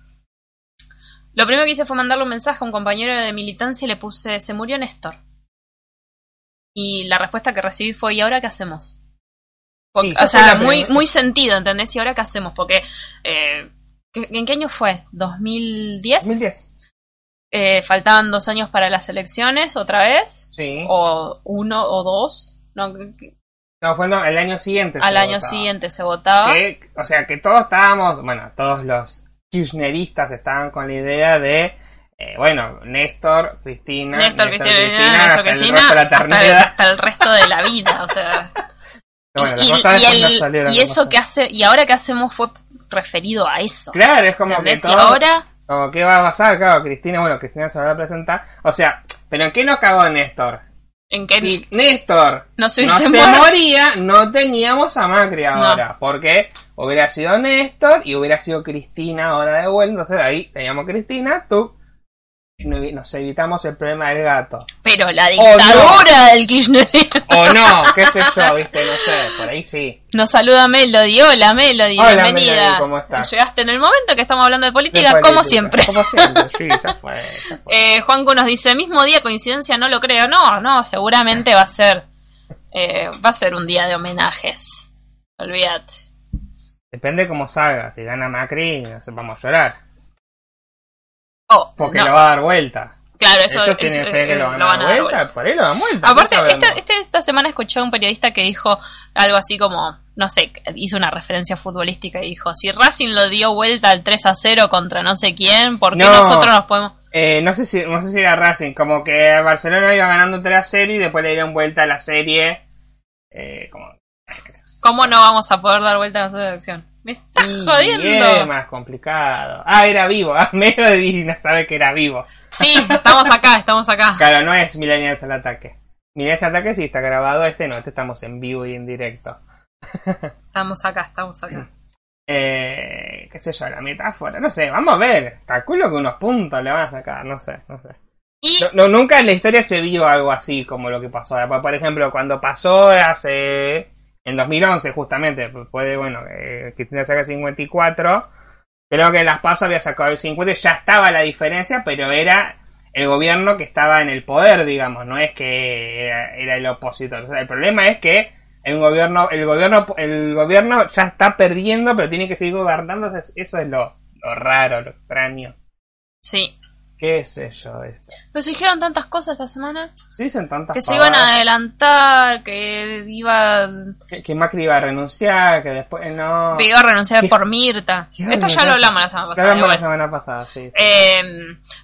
Speaker 2: lo primero que hice fue mandarle un mensaje a un compañero de militancia y le puse, se murió Néstor. Y la respuesta que recibí fue, ¿y ahora qué hacemos? Porque-
Speaker 1: Sí,
Speaker 2: o
Speaker 1: yo fui
Speaker 2: sea,
Speaker 1: la
Speaker 2: muy,
Speaker 1: primera-
Speaker 2: muy sentido, ¿entendés? ¿Y ahora qué hacemos? Porque, eh, ¿qué- ¿en qué año fue? ¿2010?
Speaker 1: 2010.
Speaker 2: Eh, faltaban dos años para las elecciones, otra vez
Speaker 1: Sí.
Speaker 2: o uno o dos no,
Speaker 1: No, fue no, el año siguiente. se
Speaker 2: al año
Speaker 1: votaba.
Speaker 2: siguiente se votaba
Speaker 1: Que- o sea, que todos estábamos, bueno, todos los kirchneristas estaban con la idea de, eh, bueno, Néstor, Cristina,
Speaker 2: Néstor Cristina, Néstor
Speaker 1: hasta el
Speaker 2: Cristina
Speaker 1: resto de la
Speaker 2: hasta el-
Speaker 1: eternidad.
Speaker 2: (laughs) hasta el resto de la vida o sea
Speaker 1: (laughs) Bueno, las
Speaker 2: y, y
Speaker 1: cosas después no
Speaker 2: el-
Speaker 1: salieron
Speaker 2: y
Speaker 1: como
Speaker 2: eso que
Speaker 1: salieron.
Speaker 2: hace y ahora que hacemos fue referido a eso
Speaker 1: Claro, es como que
Speaker 2: ¿entendés? y
Speaker 1: todos
Speaker 2: ahora
Speaker 1: Como, ¿qué va a pasar? Claro, Cristina, bueno, Cristina se va a presentar. O sea, ¿pero en qué nos cagó Néstor?
Speaker 2: en que
Speaker 1: Si Néstor
Speaker 2: no se
Speaker 1: no
Speaker 2: hubiese
Speaker 1: se
Speaker 2: muerto-
Speaker 1: moría, no teníamos a Macri ahora. Porque hubiera sido Néstor y hubiera sido Cristina ahora de vuelta. Entonces ahí teníamos Cristina, tú. no- Nos evitamos el problema del gato.
Speaker 2: pero la dictadura del kirchnerismo (laughs)
Speaker 1: O no, qué sé yo, viste, no sé, por ahí sí.
Speaker 2: nos saluda Melody hola Melody
Speaker 1: Hola,
Speaker 2: bienvenida
Speaker 1: Melody, ¿cómo estás?
Speaker 2: llegaste en el momento que estamos hablando de
Speaker 1: De
Speaker 2: política como
Speaker 1: política.
Speaker 2: siempre
Speaker 1: Como siempre, sí, ya fue. ya fue.
Speaker 2: Eh, Juanco nos dice, mismo día coincidencia, no lo creo. No, no, seguramente va a ser eh, va a ser un día de homenajes. Olvídate.
Speaker 1: Depende cómo salga. Si gana Macri, no sé, vamos a llorar.
Speaker 2: Oh,
Speaker 1: Porque
Speaker 2: no,
Speaker 1: lo va a dar vuelta.
Speaker 2: claro, eso,
Speaker 1: Ellos tienen
Speaker 2: eso,
Speaker 1: fe que
Speaker 2: eh,
Speaker 1: lo van, a dar vuelta, por ahí lo dan vuelta.
Speaker 2: Aparte,
Speaker 1: ¿qué
Speaker 2: esta,
Speaker 1: sabemos?
Speaker 2: este- esta semana escuché a un periodista que dijo algo así como, no sé, hizo una referencia futbolística y dijo, si Racing lo dio vuelta al 3 a 0 contra no sé quién, ¿por qué
Speaker 1: No.
Speaker 2: nosotros nos podemos...?
Speaker 1: Eh, no, sé si, no sé si era Racing, como que Barcelona iba ganando 3 a 0 y después le dieron vuelta a la serie. Eh, como...
Speaker 2: ¿Cómo no vamos a poder dar vuelta a nuestra acción? Me estás
Speaker 1: Y
Speaker 2: jodiendo.
Speaker 1: es más complicado. Ah, era vivo. (laughs) Ah, medio de Divina sabe que era vivo.
Speaker 2: Sí, estamos acá, estamos
Speaker 1: (laughs)
Speaker 2: acá.
Speaker 1: Claro, no es Millennials al ataque. Millennials al ataque sí está grabado, este no, este estamos en vivo y en directo.
Speaker 2: Estamos acá, estamos acá.
Speaker 1: Eh, qué sé yo, la metáfora, no sé, vamos a ver. Calculo que unos puntos le van a sacar, no sé, no sé.
Speaker 2: Y
Speaker 1: (laughs) No, no, nunca en la historia se vio algo así como lo que pasó. ahora. Por- Por ejemplo, cuando pasó hace. En 2011, justamente, después de, bueno, eh, Cristina saca 54. Creo que en las PASO había sacado el 50, ya estaba la diferencia, pero era el gobierno que estaba en el poder, digamos, no es que era, era el opositor. O sea, el problema es que El gobierno, el gobierno, el gobierno ya está perdiendo, pero tiene que seguir gobernando. Eso es- Eso es lo, lo raro, lo extraño.
Speaker 2: Sí.
Speaker 1: ¿Qué sé yo? de esto?
Speaker 2: Pero se dijeron tantas cosas esta semana.
Speaker 1: Se dicen tantas
Speaker 2: Que se iban a
Speaker 1: pavadas.
Speaker 2: adelantar, que iba,
Speaker 1: que, que Macri iba a renunciar, que después. eh, No.
Speaker 2: que iba a renunciar
Speaker 1: ¿Qué?
Speaker 2: por Mirta.
Speaker 1: ¿Qué
Speaker 2: Esto ya
Speaker 1: hablan?
Speaker 2: lo hablamos la semana
Speaker 1: Lo
Speaker 2: pasada.
Speaker 1: hablamos la
Speaker 2: igual.
Speaker 1: semana pasada, sí. sí.
Speaker 2: Eh,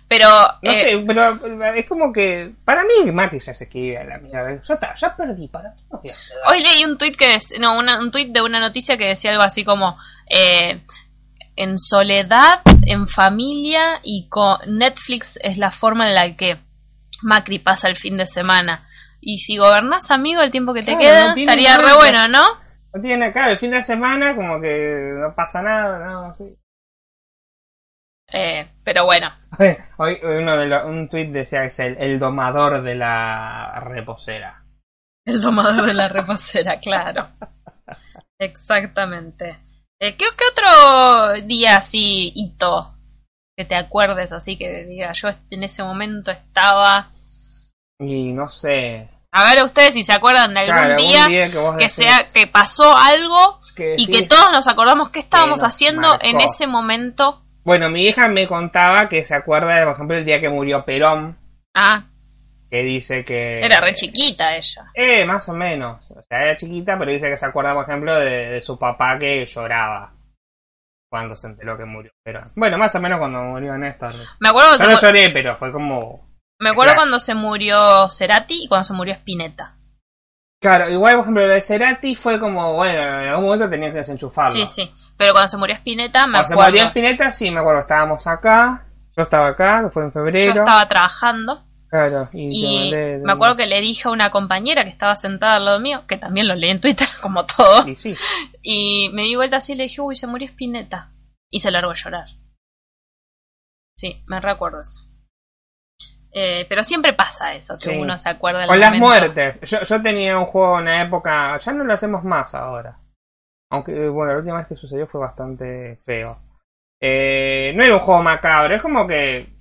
Speaker 2: pero
Speaker 1: No
Speaker 2: eh,
Speaker 1: sé, pero es como que. Para mí, Macri ya se quiere ir a la mierda. Ya está, ya perdí. ¿Para qué nos voy a quedar?
Speaker 2: Hoy leí un tweet que des- no, una- un tweet de una noticia que decía algo así como eh, en soledad, en familia y con Netflix es la forma en la que Macri pasa el fin de semana. Y si gobernás, amigo, el tiempo que te
Speaker 1: Claro,
Speaker 2: queda,
Speaker 1: no tiene
Speaker 2: estaría re
Speaker 1: nada.
Speaker 2: bueno, ¿no?
Speaker 1: No tienen acá, el fin de semana, como que no pasa nada, no, sí. (laughs)
Speaker 2: Eh, pero bueno,
Speaker 1: Hoy uno de los, un tweet decía que es el, el domador de la reposera.
Speaker 2: el domador de la reposera, claro. Exactamente. Eh, ¿qué, qué otro día así, hito, que te acuerdes así, que diga, yo en ese momento estaba...
Speaker 1: Y no sé.
Speaker 2: A ver ustedes si se acuerdan de algún
Speaker 1: claro, algún
Speaker 2: día,
Speaker 1: que vos
Speaker 2: que
Speaker 1: decís
Speaker 2: sea que pasó algo y que
Speaker 1: decís,
Speaker 2: todos nos acordamos qué estábamos
Speaker 1: nos
Speaker 2: haciendo en
Speaker 1: marcó.
Speaker 2: ese momento.
Speaker 1: Bueno, mi hija me contaba que se acuerda, de, por ejemplo, el día que murió Perón,
Speaker 2: Ah,
Speaker 1: que dice que...
Speaker 2: era re chiquita ella.
Speaker 1: Eh, más o menos. O sea, era chiquita, pero dice que se acuerda, por ejemplo, de, de su papá que lloraba cuando se enteró que murió Perón. Bueno, más o menos cuando murió Néstor.
Speaker 2: Me acuerdo,
Speaker 1: Yo
Speaker 2: cuando
Speaker 1: no
Speaker 2: se, mu-
Speaker 1: lloré, pero fue como...
Speaker 2: me acuerdo
Speaker 1: Claro.
Speaker 2: cuando se murió Cerati y cuando se murió Spinetta.
Speaker 1: Claro, igual, por ejemplo, lo de Cerati fue como, bueno, en algún momento tenías que desenchufarlo.
Speaker 2: Sí, sí. Pero cuando se murió Spinetta me
Speaker 1: Cuando se murió
Speaker 2: acuerdo.
Speaker 1: Spinetta, sí, me acuerdo, estábamos acá, yo estaba acá, que fue en
Speaker 2: Yo
Speaker 1: febrero.
Speaker 2: estaba trabajando
Speaker 1: Claro, y,
Speaker 2: y me acuerdo que le dije a una compañera que estaba sentada al lado mío, que también lo leí en Twitter (laughs) como todo,
Speaker 1: Y sí,
Speaker 2: Y me di vuelta así y le dije, uy, se murió Spinetta. Y se largó a llorar. Sí, me recuerdo eso. Eh, pero siempre pasa eso, que
Speaker 1: Sí.
Speaker 2: uno se acuerda en
Speaker 1: Con
Speaker 2: el
Speaker 1: las
Speaker 2: momento.
Speaker 1: muertes. Yo, yo tenía un juego en la época. Ya no lo hacemos más ahora. Aunque, eh, bueno, la última vez que sucedió fue bastante feo. Eh, no era un juego macabro, es como que.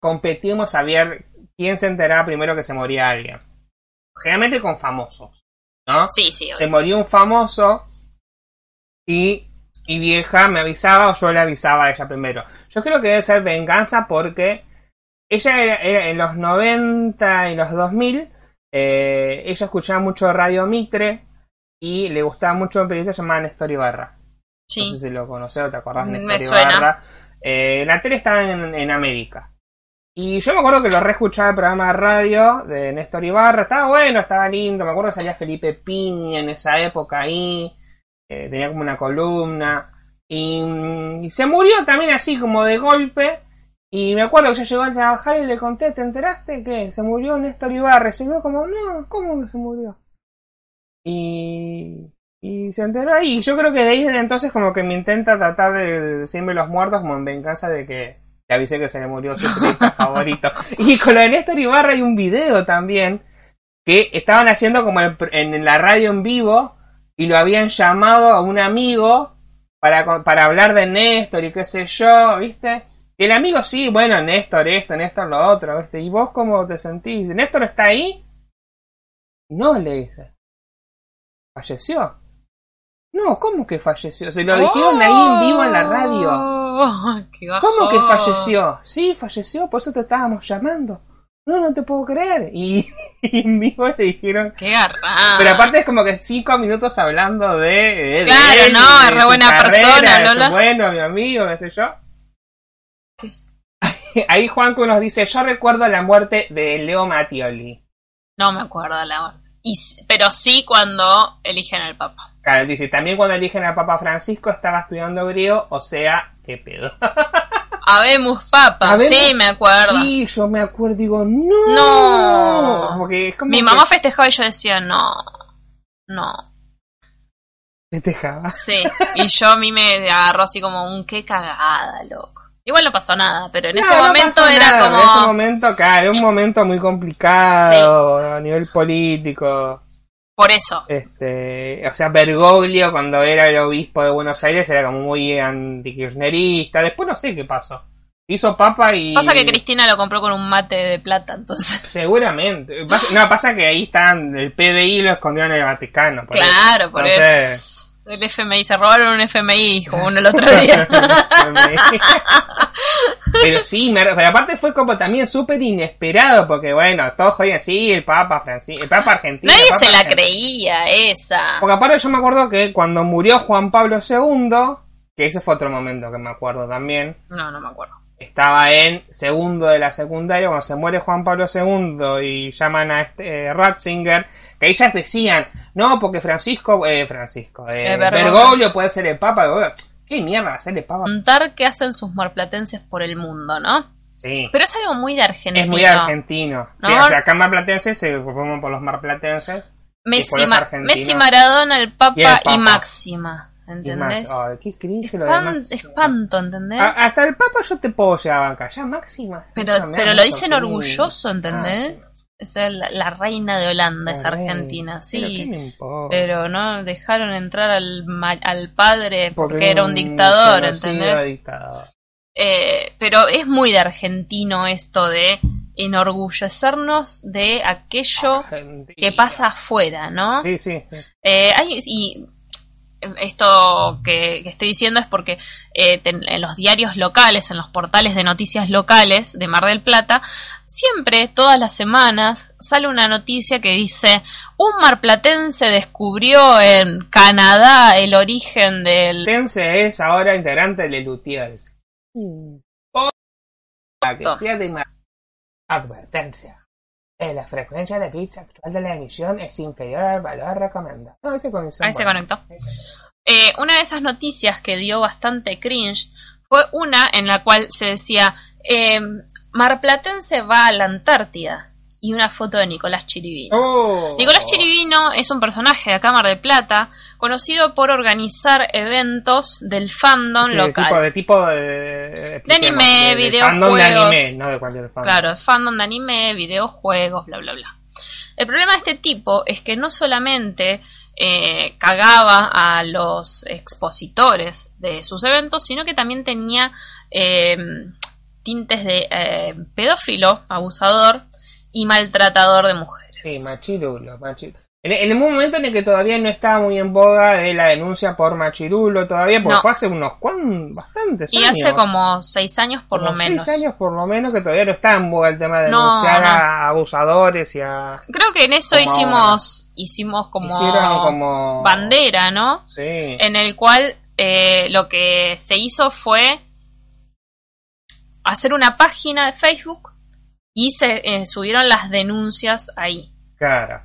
Speaker 1: Competimos a ver quién se enteraba primero que se moría alguien. Generalmente con famosos, ¿no?
Speaker 2: Sí, sí, obvio.
Speaker 1: se murió un famoso y mi vieja me avisaba o yo le avisaba a ella primero. Yo creo que debe ser venganza porque ella era, era en los 90 y los 2000, eh, ella escuchaba mucho Radio Mitre y le gustaba mucho un periodista llamado Néstor Ibarra. No
Speaker 2: sí. Mm,
Speaker 1: sé si lo conoces o te acordás de
Speaker 2: Me
Speaker 1: Néstor
Speaker 2: suena.
Speaker 1: Ibarra. Eh, la tele estaba en, en América. Y yo me acuerdo que lo reescuchaba el programa de radio de Néstor Ibarra. Estaba bueno, estaba lindo. Me acuerdo que salía Felipe Piña en esa época ahí. Eh, tenía como una columna. Y, mm, y se murió también así, como de golpe. Y me acuerdo que yo llegó a trabajar y le conté, ¿te enteraste que se murió Néstor Ibarra? Y se quedó como, no, ¿cómo que se murió? Y, y se enteró ahí. Y yo creo que de ahí desde entonces como que me intenta tratar de decirme los muertos como en venganza de que le avisé que se le murió su periodista favorito. Y con lo de Néstor Ibarra hay un video también que estaban haciendo como en, en la radio en vivo y lo habían llamado a un amigo para, con- para hablar de Néstor y qué sé yo, ¿viste? Y el amigo sí, bueno, Néstor esto, Néstor lo otro, ¿viste? ¿Y vos cómo te sentís? ¿Néstor está ahí? No, le dice. ¿Falleció? No, ¿cómo que falleció? Se lo dijeron ahí en vivo en la radio.
Speaker 2: Oh, (laughs) qué bajón.
Speaker 1: ¿Cómo que falleció? Sí, falleció, por eso te estábamos llamando. No, no te puedo creer. Y, (laughs) y en vivo le dijeron.
Speaker 2: Qué garra.
Speaker 1: Pero aparte es como que cinco minutos hablando de. de- de
Speaker 2: Claro,
Speaker 1: él,
Speaker 2: no,
Speaker 1: de
Speaker 2: es re
Speaker 1: su
Speaker 2: buena persona,
Speaker 1: de su
Speaker 2: Lola.
Speaker 1: Bueno, mi amigo, qué sé yo. (laughs) Ahí Juanco nos dice: Yo recuerdo la muerte de Leo Mattioli.
Speaker 2: No me acuerdo la y, s- Pero sí cuando eligen al Papa.
Speaker 1: Claro, dice: También cuando eligen a Papa Francisco estaba estudiando griego, o sea, qué pedo.
Speaker 2: Habemos Papa,
Speaker 1: Habemus-
Speaker 2: sí, me acuerdo.
Speaker 1: Sí, yo me acuerdo, digo: No.
Speaker 2: No.
Speaker 1: Como que es como
Speaker 2: Mi
Speaker 1: que
Speaker 2: mamá festejaba y yo decía, no, no.
Speaker 1: festejaba.
Speaker 2: Sí, y yo a mí me agarró así como un qué cagada, loco. Igual no pasó nada, pero en ese
Speaker 1: Ah, No, no
Speaker 2: momento
Speaker 1: pasó
Speaker 2: era
Speaker 1: nada,
Speaker 2: como...
Speaker 1: En ese momento, claro, era un momento muy complicado a nivel político.
Speaker 2: Por eso,
Speaker 1: Este, o sea, Bergoglio, cuando era el obispo de Buenos Aires, era como muy antikirchnerista. Después no sé qué pasó. Hizo papa y.
Speaker 2: Pasa que Cristina lo compró con un mate de plata, entonces.
Speaker 1: Seguramente. Pasa- no, pasa que ahí están. El PBI lo escondió en el Vaticano. (laughs) por (laughs)
Speaker 2: claro, por
Speaker 1: Entonces-
Speaker 2: eso. El FMI, se robaron un FMI, dijo uno el
Speaker 1: (laughs)
Speaker 2: otro día.
Speaker 1: pero sí, me- pero aparte fue como también súper inesperado, porque bueno, todos jodían, sí, el Papa Francisco, el Papa Argentino. el
Speaker 2: Nadie
Speaker 1: Papa
Speaker 2: se la
Speaker 1: Argentino.
Speaker 2: creía esa.
Speaker 1: Porque aparte yo me acuerdo que cuando murió Juan Pablo II, que ese fue otro momento que me acuerdo también,
Speaker 2: No, no me acuerdo.
Speaker 1: estaba en segundo de la secundaria, cuando se muere Juan Pablo II y llaman a este, eh, Ratzinger, que ellas decían, no, porque Francisco, eh, Francisco, eh,
Speaker 2: Eh, Bergoglio. Mm.
Speaker 1: Bergoglio puede ser el Papa, Bergoglio. ¿qué mierda va a ser el Papa?
Speaker 2: Contar qué hacen sus marplatenses por el mundo, ¿no?
Speaker 1: Sí,
Speaker 2: Pero es algo muy de argentino.
Speaker 1: es muy argentino. Sí,
Speaker 2: No.
Speaker 1: o sea, acá en marplatenses se forman por los marplatenses. por
Speaker 2: Messi,
Speaker 1: los
Speaker 2: Ma-
Speaker 1: argentinos.
Speaker 2: Messi, Maradona, el Papa
Speaker 1: Y
Speaker 2: y,
Speaker 1: el Papa.
Speaker 2: Máxima.
Speaker 1: y
Speaker 2: ¿Entendés?
Speaker 1: Max- Ay, qué cringe lo de Ah,
Speaker 2: Espan-
Speaker 1: Max.
Speaker 2: espanto, ¿entendés?
Speaker 1: A- hasta el Papa yo te puedo llevar acá, ya máxima.
Speaker 2: ¿Eh? pero
Speaker 1: Eso me da
Speaker 2: pero lo
Speaker 1: mucho
Speaker 2: dicen
Speaker 1: cringe.
Speaker 2: orgulloso, ¿entendés?
Speaker 1: Ah,
Speaker 2: Esa es la, la reina de Holanda, es
Speaker 1: la reina.
Speaker 2: argentina,
Speaker 1: Pero qué
Speaker 2: sí.
Speaker 1: me importa.
Speaker 2: Pero no dejaron entrar al, ma- al padre porque,
Speaker 1: Porque
Speaker 2: era un dictador,
Speaker 1: conocido
Speaker 2: ¿entendés?
Speaker 1: dictador.
Speaker 2: Eh, pero es muy de argentino esto de enorgullecernos de aquello
Speaker 1: Argentina.
Speaker 2: que pasa afuera, ¿no?
Speaker 1: Sí, sí. sí.
Speaker 2: Eh, hay- y esto que, que estoy diciendo es porque eh, ten- en los diarios locales, en los portales de noticias locales de Mar del Plata, siempre, todas las semanas, sale una noticia que dice un marplatense descubrió en Canadá el origen del...
Speaker 1: Tense es ahora integrante de Lutiers.
Speaker 2: Mm.
Speaker 1: Que sea de ma- Advertencia. Eh, la frecuencia de bits actual de la emisión es inferior al valor recomendado. No, ahí se conectó.
Speaker 2: Ahí se
Speaker 1: Bueno.
Speaker 2: conectó. Eh, una de esas noticias que dio bastante cringe fue una en la cual se decía eh, Marplatense va a la Antártida y una foto de Nicolás Chirivino.
Speaker 1: Oh.
Speaker 2: Nicolás Chirivino es un personaje de Cámara de Plata conocido por organizar eventos del fandom
Speaker 1: Sí, de
Speaker 2: local.
Speaker 1: tipo- de tipo de, de-
Speaker 2: anime,
Speaker 1: de- de fandom de
Speaker 2: videojuegos.
Speaker 1: anime, no de cualquier fandom.
Speaker 2: Claro, fandom de anime, videojuegos, bla, bla, bla. El problema de este tipo es que no solamente eh, cagaba a los expositores de sus eventos, sino que también tenía eh, tintes de eh, pedófilo, abusador y maltratador de mujeres.
Speaker 1: Sí, machirulo, machirulo. En, en el momento en el que todavía no estaba muy en boga de la denuncia por machirulo todavía, porque
Speaker 2: No.
Speaker 1: fue hace unos cuan, bastantes
Speaker 2: y
Speaker 1: años.
Speaker 2: hace como seis años por lo
Speaker 1: Como seis
Speaker 2: menos.
Speaker 1: años por lo menos que todavía no está en boga el tema de
Speaker 2: No,
Speaker 1: denunciar
Speaker 2: no.
Speaker 1: a abusadores y a...
Speaker 2: Creo que en eso
Speaker 1: Como-
Speaker 2: hicimos, hicimos como,
Speaker 1: Hicieron como...
Speaker 2: bandera, ¿no?
Speaker 1: Sí.
Speaker 2: en el cual eh, lo que se hizo fue hacer una página de Facebook y se eh, subieron las denuncias ahí.
Speaker 1: Claro.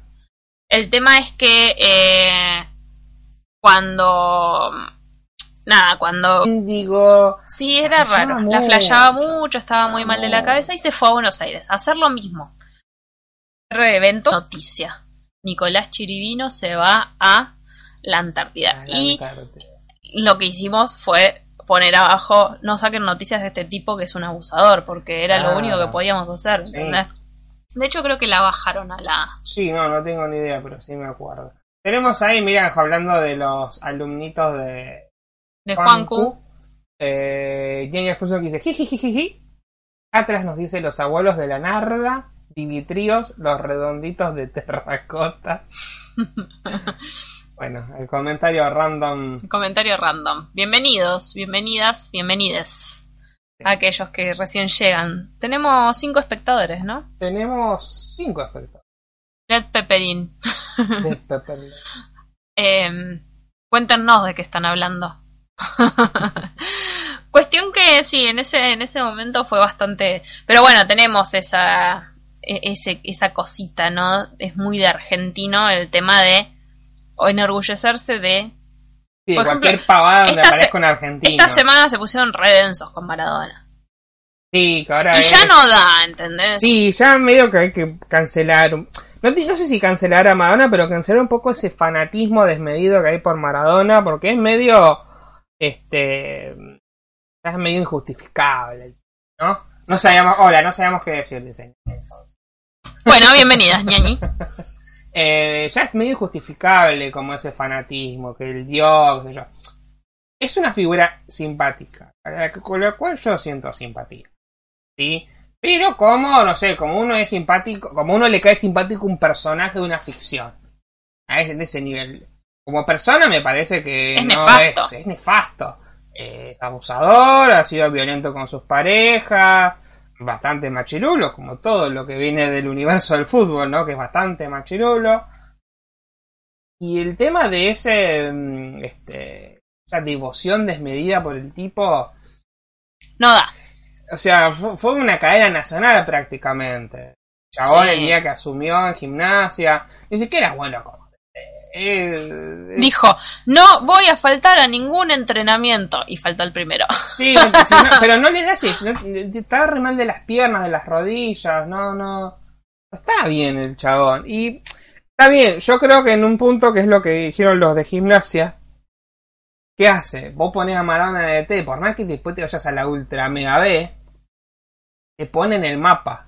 Speaker 2: El tema es que eh, cuando... Nada, cuando...
Speaker 1: Índigo...
Speaker 2: Sí, era
Speaker 1: La flasheaba
Speaker 2: raro. La
Speaker 1: mucho.
Speaker 2: flasheaba mucho, estaba muy mal de la
Speaker 1: No.
Speaker 2: cabeza y se fue a Buenos Aires a hacer lo mismo. Reventó noticia. Nicolás Chirivino se va a la Antártida. Y
Speaker 1: adelantarte.
Speaker 2: lo que hicimos fue poner abajo, no saquen noticias de este tipo que es un abusador, porque era
Speaker 1: Ah.
Speaker 2: lo único que podíamos hacer.
Speaker 1: Sí.
Speaker 2: ¿entendés? De hecho, creo que la bajaron a la...
Speaker 1: Sí, no, no tengo ni idea, pero sí me acuerdo. Tenemos ahí, mira, hablando de los alumnitos de,
Speaker 2: de
Speaker 1: Juan
Speaker 2: Juancu.
Speaker 1: Q. Eh, Jenny Alfonso que dice, jijijijiji. Atrás nos dice los abuelos de la narda, Dimitrios, los redonditos
Speaker 2: (laughs)
Speaker 1: de terracota. Bueno, el comentario random.
Speaker 2: Comentario random. Bienvenidos, bienvenidas, bienvenides. a Aquellos que recién llegan. Tenemos cinco espectadores, ¿no?
Speaker 1: Tenemos cinco aspectos.
Speaker 2: Led Pepperin. (laughs)
Speaker 1: de Peppermint.
Speaker 2: Eh, cuéntenos de qué están hablando. (laughs) Cuestión que sí, en ese, en ese momento fue bastante. Pero bueno, tenemos esa, e- ese- esa cosita, ¿no? Es muy de argentino el tema de enorgullecerse de.
Speaker 1: Sí,
Speaker 2: Por
Speaker 1: cualquier
Speaker 2: ejemplo,
Speaker 1: pavada donde
Speaker 2: esta se-
Speaker 1: aparezca un argentino.
Speaker 2: Esta semana se pusieron redensos con Maradona.
Speaker 1: Sí, que ahora
Speaker 2: Y
Speaker 1: es-
Speaker 2: ya no da, ¿entendés?
Speaker 1: eh. Sí, ya medio que hay que cancelar. No, ti- no sé si cancelar a Madonna, pero cancelar un poco ese fanatismo desmedido que hay por Maradona, porque es medio. Este. Es medio injustificable, ¿no? No sabíamos. Hola, no sabíamos qué decir, dice.
Speaker 2: Bueno, bienvenidas, ñañi.
Speaker 1: Eh, ya es medio injustificable como ese fanatismo, que el Dios, qué sé yo. es una figura simpática, para la que- con la cual yo siento simpatía. ¿Sí? Pero como, no sé, como uno es simpático, como uno le cae simpático un personaje de una ficción. A ese, de ese nivel. Como persona me parece que
Speaker 2: Es
Speaker 1: no
Speaker 2: nefasto.
Speaker 1: es, es nefasto. Eh, es abusador, ha sido violento con sus parejas, bastante machirulo, como todo lo que viene del universo del fútbol, ¿no? Que es bastante machirulo. Y el tema de ese, mm, este, esa devoción desmedida por el tipo,
Speaker 2: No da.
Speaker 1: o sea, fu- fue una cadena nacional prácticamente. Chabón
Speaker 2: Sí.
Speaker 1: el día que asumió en gimnasia, ni siquiera es bueno como. eh, eh,
Speaker 2: Dijo, no voy a faltar a ningún entrenamiento. Y faltó el primero. (laughs)
Speaker 1: Sí, no, sí, no, pero no le da así. no- está re mal de las piernas, de las rodillas. No, no. no Está bien el chabón. Y está bien. Yo creo que en un punto que es lo que dijeron los de gimnasia. ¿Qué hace? Vos pones a Maradona de T, por más que después te vayas a la Ultra Mega B, te ponen el mapa.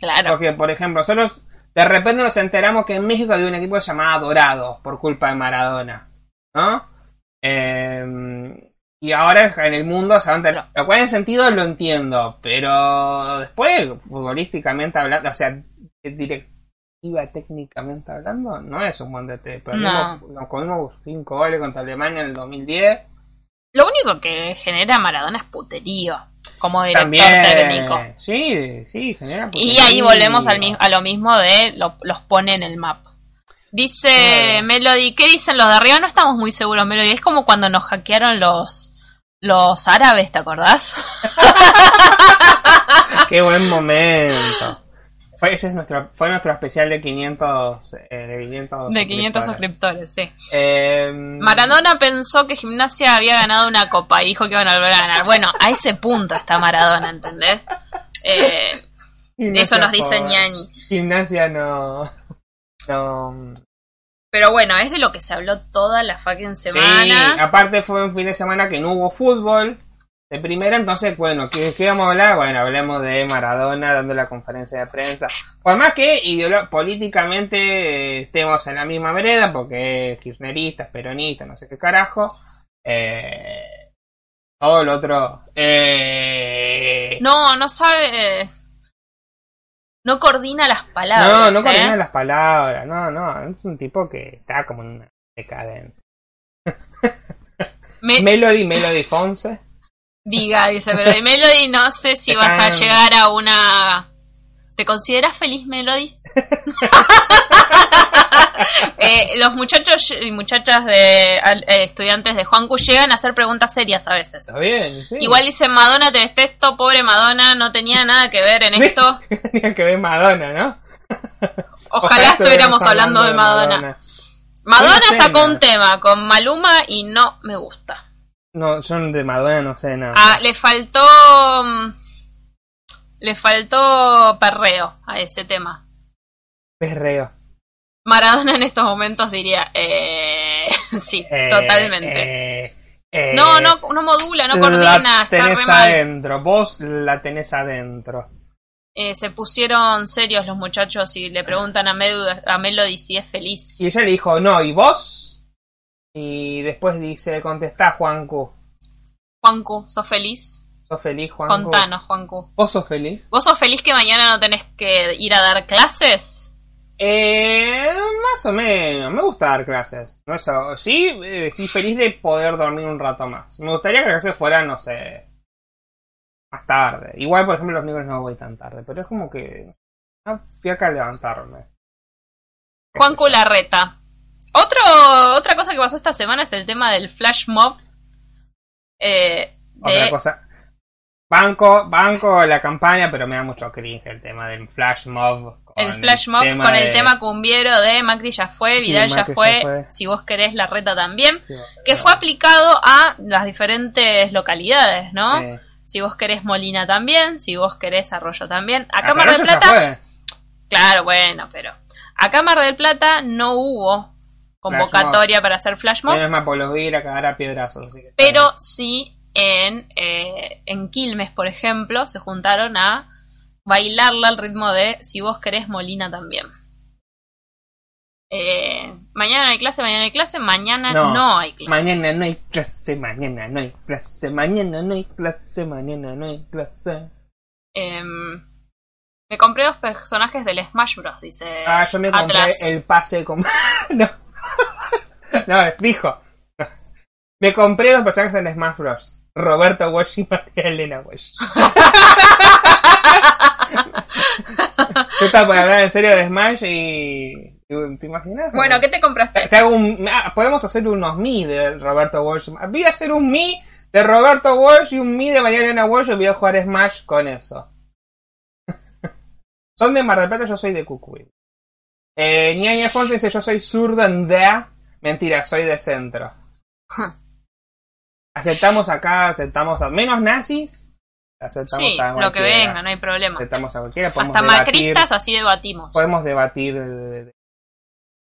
Speaker 2: Claro.
Speaker 1: Porque, por ejemplo, nosotros de repente nos enteramos que en México había un equipo llamado Dorados por culpa de Maradona. ¿No? Eh, y ahora en el mundo se va a enterar. Lo cual en sentido lo entiendo, pero después, futbolísticamente hablando, o sea, directiva técnicamente hablando, no es un buen DT. Pero
Speaker 2: No.
Speaker 1: nos comimos 5 goles contra Alemania en el 2010.
Speaker 2: Lo único que genera Maradona es puterío. Como director
Speaker 1: También.
Speaker 2: técnico.
Speaker 1: Sí, sí, genera.
Speaker 2: Y ahí volvemos al, mi-
Speaker 1: mismo
Speaker 2: a lo mismo de lo- los pone en el mapa. Dice
Speaker 1: Claro.
Speaker 2: Melody, ¿qué dicen los de arriba? No estamos muy seguros, Melody. Es como cuando nos hackearon los, los árabes, ¿te acordás?
Speaker 1: Qué buen momento. Fue, ese es nuestro, fue nuestro especial de 500, eh, de 500
Speaker 2: De 500
Speaker 1: suscriptores.
Speaker 2: suscriptores, sí.
Speaker 1: Eh,
Speaker 2: Maradona pensó que Gimnasia había ganado una copa y dijo que iban a volver a ganar. Bueno, a ese punto está Maradona, ¿entendés?
Speaker 1: (laughs)
Speaker 2: Eh,
Speaker 1: gimnasia
Speaker 2: eso nos dice
Speaker 1: por-
Speaker 2: Ñani.
Speaker 1: Gimnasia no. No.
Speaker 2: Pero bueno, es de lo que se habló toda la fucking
Speaker 1: Sí,
Speaker 2: semana.
Speaker 1: aparte fue un fin de semana que no hubo fútbol. De primera, entonces, bueno, ¿qué, qué vamos a hablar? Bueno, hablemos de Maradona dando la conferencia de prensa. Por más que ideolo- políticamente eh, estemos en la misma vereda, porque es kirchnerista, es peronista, no sé qué carajo. Eh, todo lo otro. Eh,
Speaker 2: No, no sabe. eh, No coordina las
Speaker 1: no,
Speaker 2: palabras.
Speaker 1: no
Speaker 2: ¿eh?
Speaker 1: coordina las palabras. No, no, es un tipo que está como en una decadencia.
Speaker 2: Me-
Speaker 1: Melody, Melody Fonse.
Speaker 2: Diga, dice, pero de Melody no sé si
Speaker 1: Te
Speaker 2: vas a
Speaker 1: están-
Speaker 2: llegar a una... ¿Te consideras feliz, (laughs) Melody? Eh, los muchachos y muchachas de al- eh, estudiantes de Juancu llegan a hacer preguntas serias a veces.
Speaker 1: Está bien, sí.
Speaker 2: Igual dicen, Madonna, te detesto, pobre Madonna, no tenía nada que ver (laughs) en
Speaker 1: Sí.
Speaker 2: esto.
Speaker 1: (laughs) Tenía que ver Madonna, ¿no?
Speaker 2: Ojalá estuviéramos hablando de Madonna. Madonna
Speaker 1: Sí,
Speaker 2: sacó
Speaker 1: señor.
Speaker 2: un tema con Maluma y no me gusta.
Speaker 1: No, yo de Madonna no sé nada.
Speaker 2: Ah, le faltó... mm, Le faltó perreo a ese tema.
Speaker 1: Perreo.
Speaker 2: Maradona en estos momentos diría, eh, (laughs) sí,
Speaker 1: Eh,
Speaker 2: totalmente.
Speaker 1: eh, eh,
Speaker 2: no, no, no modula, no
Speaker 1: La Em.
Speaker 2: coordina, está re
Speaker 1: tenés
Speaker 2: mal.
Speaker 1: adentro, vos la tenés adentro.
Speaker 2: Eh, se pusieron serios los muchachos y le preguntan a, Medu- a Melody si es feliz.
Speaker 1: Y ella le dijo, no, ¿y vos? Y después dice, contestá, Juancu.
Speaker 2: Juancu, ¿sos feliz?
Speaker 1: ¿Sos feliz, Juancu?
Speaker 2: Contanos, Juancu.
Speaker 1: ¿Vos sos feliz?
Speaker 2: ¿Vos sos feliz que mañana no tenés que ir a dar clases?
Speaker 1: Eh, más o menos, me gusta dar clases. No eso, sí, eh, estoy feliz de poder dormir un rato más. Me gustaría que las clases fueran, no sé, más tarde. Igual, por ejemplo, los miércoles no voy tan tarde, pero es como que no acá levantarme.
Speaker 2: Juancu Larreta. Otro, otra cosa que pasó esta semana es el tema del flash mob. eh,
Speaker 1: Otra
Speaker 2: de-
Speaker 1: cosa. Banco, banco la campaña, pero me da mucho cringe el tema del flash mob. con
Speaker 2: El flash mob
Speaker 1: tema
Speaker 2: con el
Speaker 1: de-
Speaker 2: tema cumbiero de Macri ya fue,
Speaker 1: Sí,
Speaker 2: Vidal ya
Speaker 1: Macri ya
Speaker 2: fue,
Speaker 1: fue.
Speaker 2: si vos querés la reta también,
Speaker 1: Sí,
Speaker 2: que fue aplicado a las diferentes localidades, ¿no?
Speaker 1: sí.
Speaker 2: Si vos querés Molina también, si vos querés Arroyo también. Acá
Speaker 1: Ah,
Speaker 2: Mar del
Speaker 1: pero eso ya
Speaker 2: Plata,
Speaker 1: fue.
Speaker 2: claro, bueno, pero acá Mar del Plata no hubo convocatoria para hacer flash mob,
Speaker 1: Menos mal, por los ir a cagar a piedrazos. así que-
Speaker 2: pero sí en, eh, en Quilmes, por ejemplo, se juntaron a bailarla al ritmo de si vos querés Molina también. eh, mañana no hay clase, mañana hay clase, mañana no, hay clase.
Speaker 1: Mañana no hay clase, mañana no hay clase, mañana no hay clase, mañana no hay clase.
Speaker 2: Em, me compré dos personajes del Smash Bros. Dice.
Speaker 1: Ah, yo me compré
Speaker 2: atrás.
Speaker 1: el pase con... (laughs) no. no, dijo. Me compré los personajes de Smash Bros. Roberto Walsh y María Elena
Speaker 2: (laughs)
Speaker 1: Walsh. Yo estaba para hablar en serio de Smash y... y- ¿Te imaginas?
Speaker 2: Bueno, ¿qué te compraste?
Speaker 1: Te hago un- ah, podemos hacer unos mi de Roberto Walsh. Voy a hacer un mi de Roberto Walsh y un mi de María Elena Walsh y voy a jugar Smash con eso. (laughs) Son de Mar del Plata, yo soy de Cucuy. Eh, Ñaña Font dice, yo soy zurdo en DEA. Mentira, soy de centro. Aceptamos acá, aceptamos a menos nazis. Aceptamos
Speaker 2: Sí,
Speaker 1: a
Speaker 2: lo que
Speaker 1: cualquiera.
Speaker 2: venga, no hay problema.
Speaker 1: Aceptamos a cualquiera. Podemos
Speaker 2: Hasta
Speaker 1: debatir
Speaker 2: macristas así debatimos.
Speaker 1: podemos debatir. eh,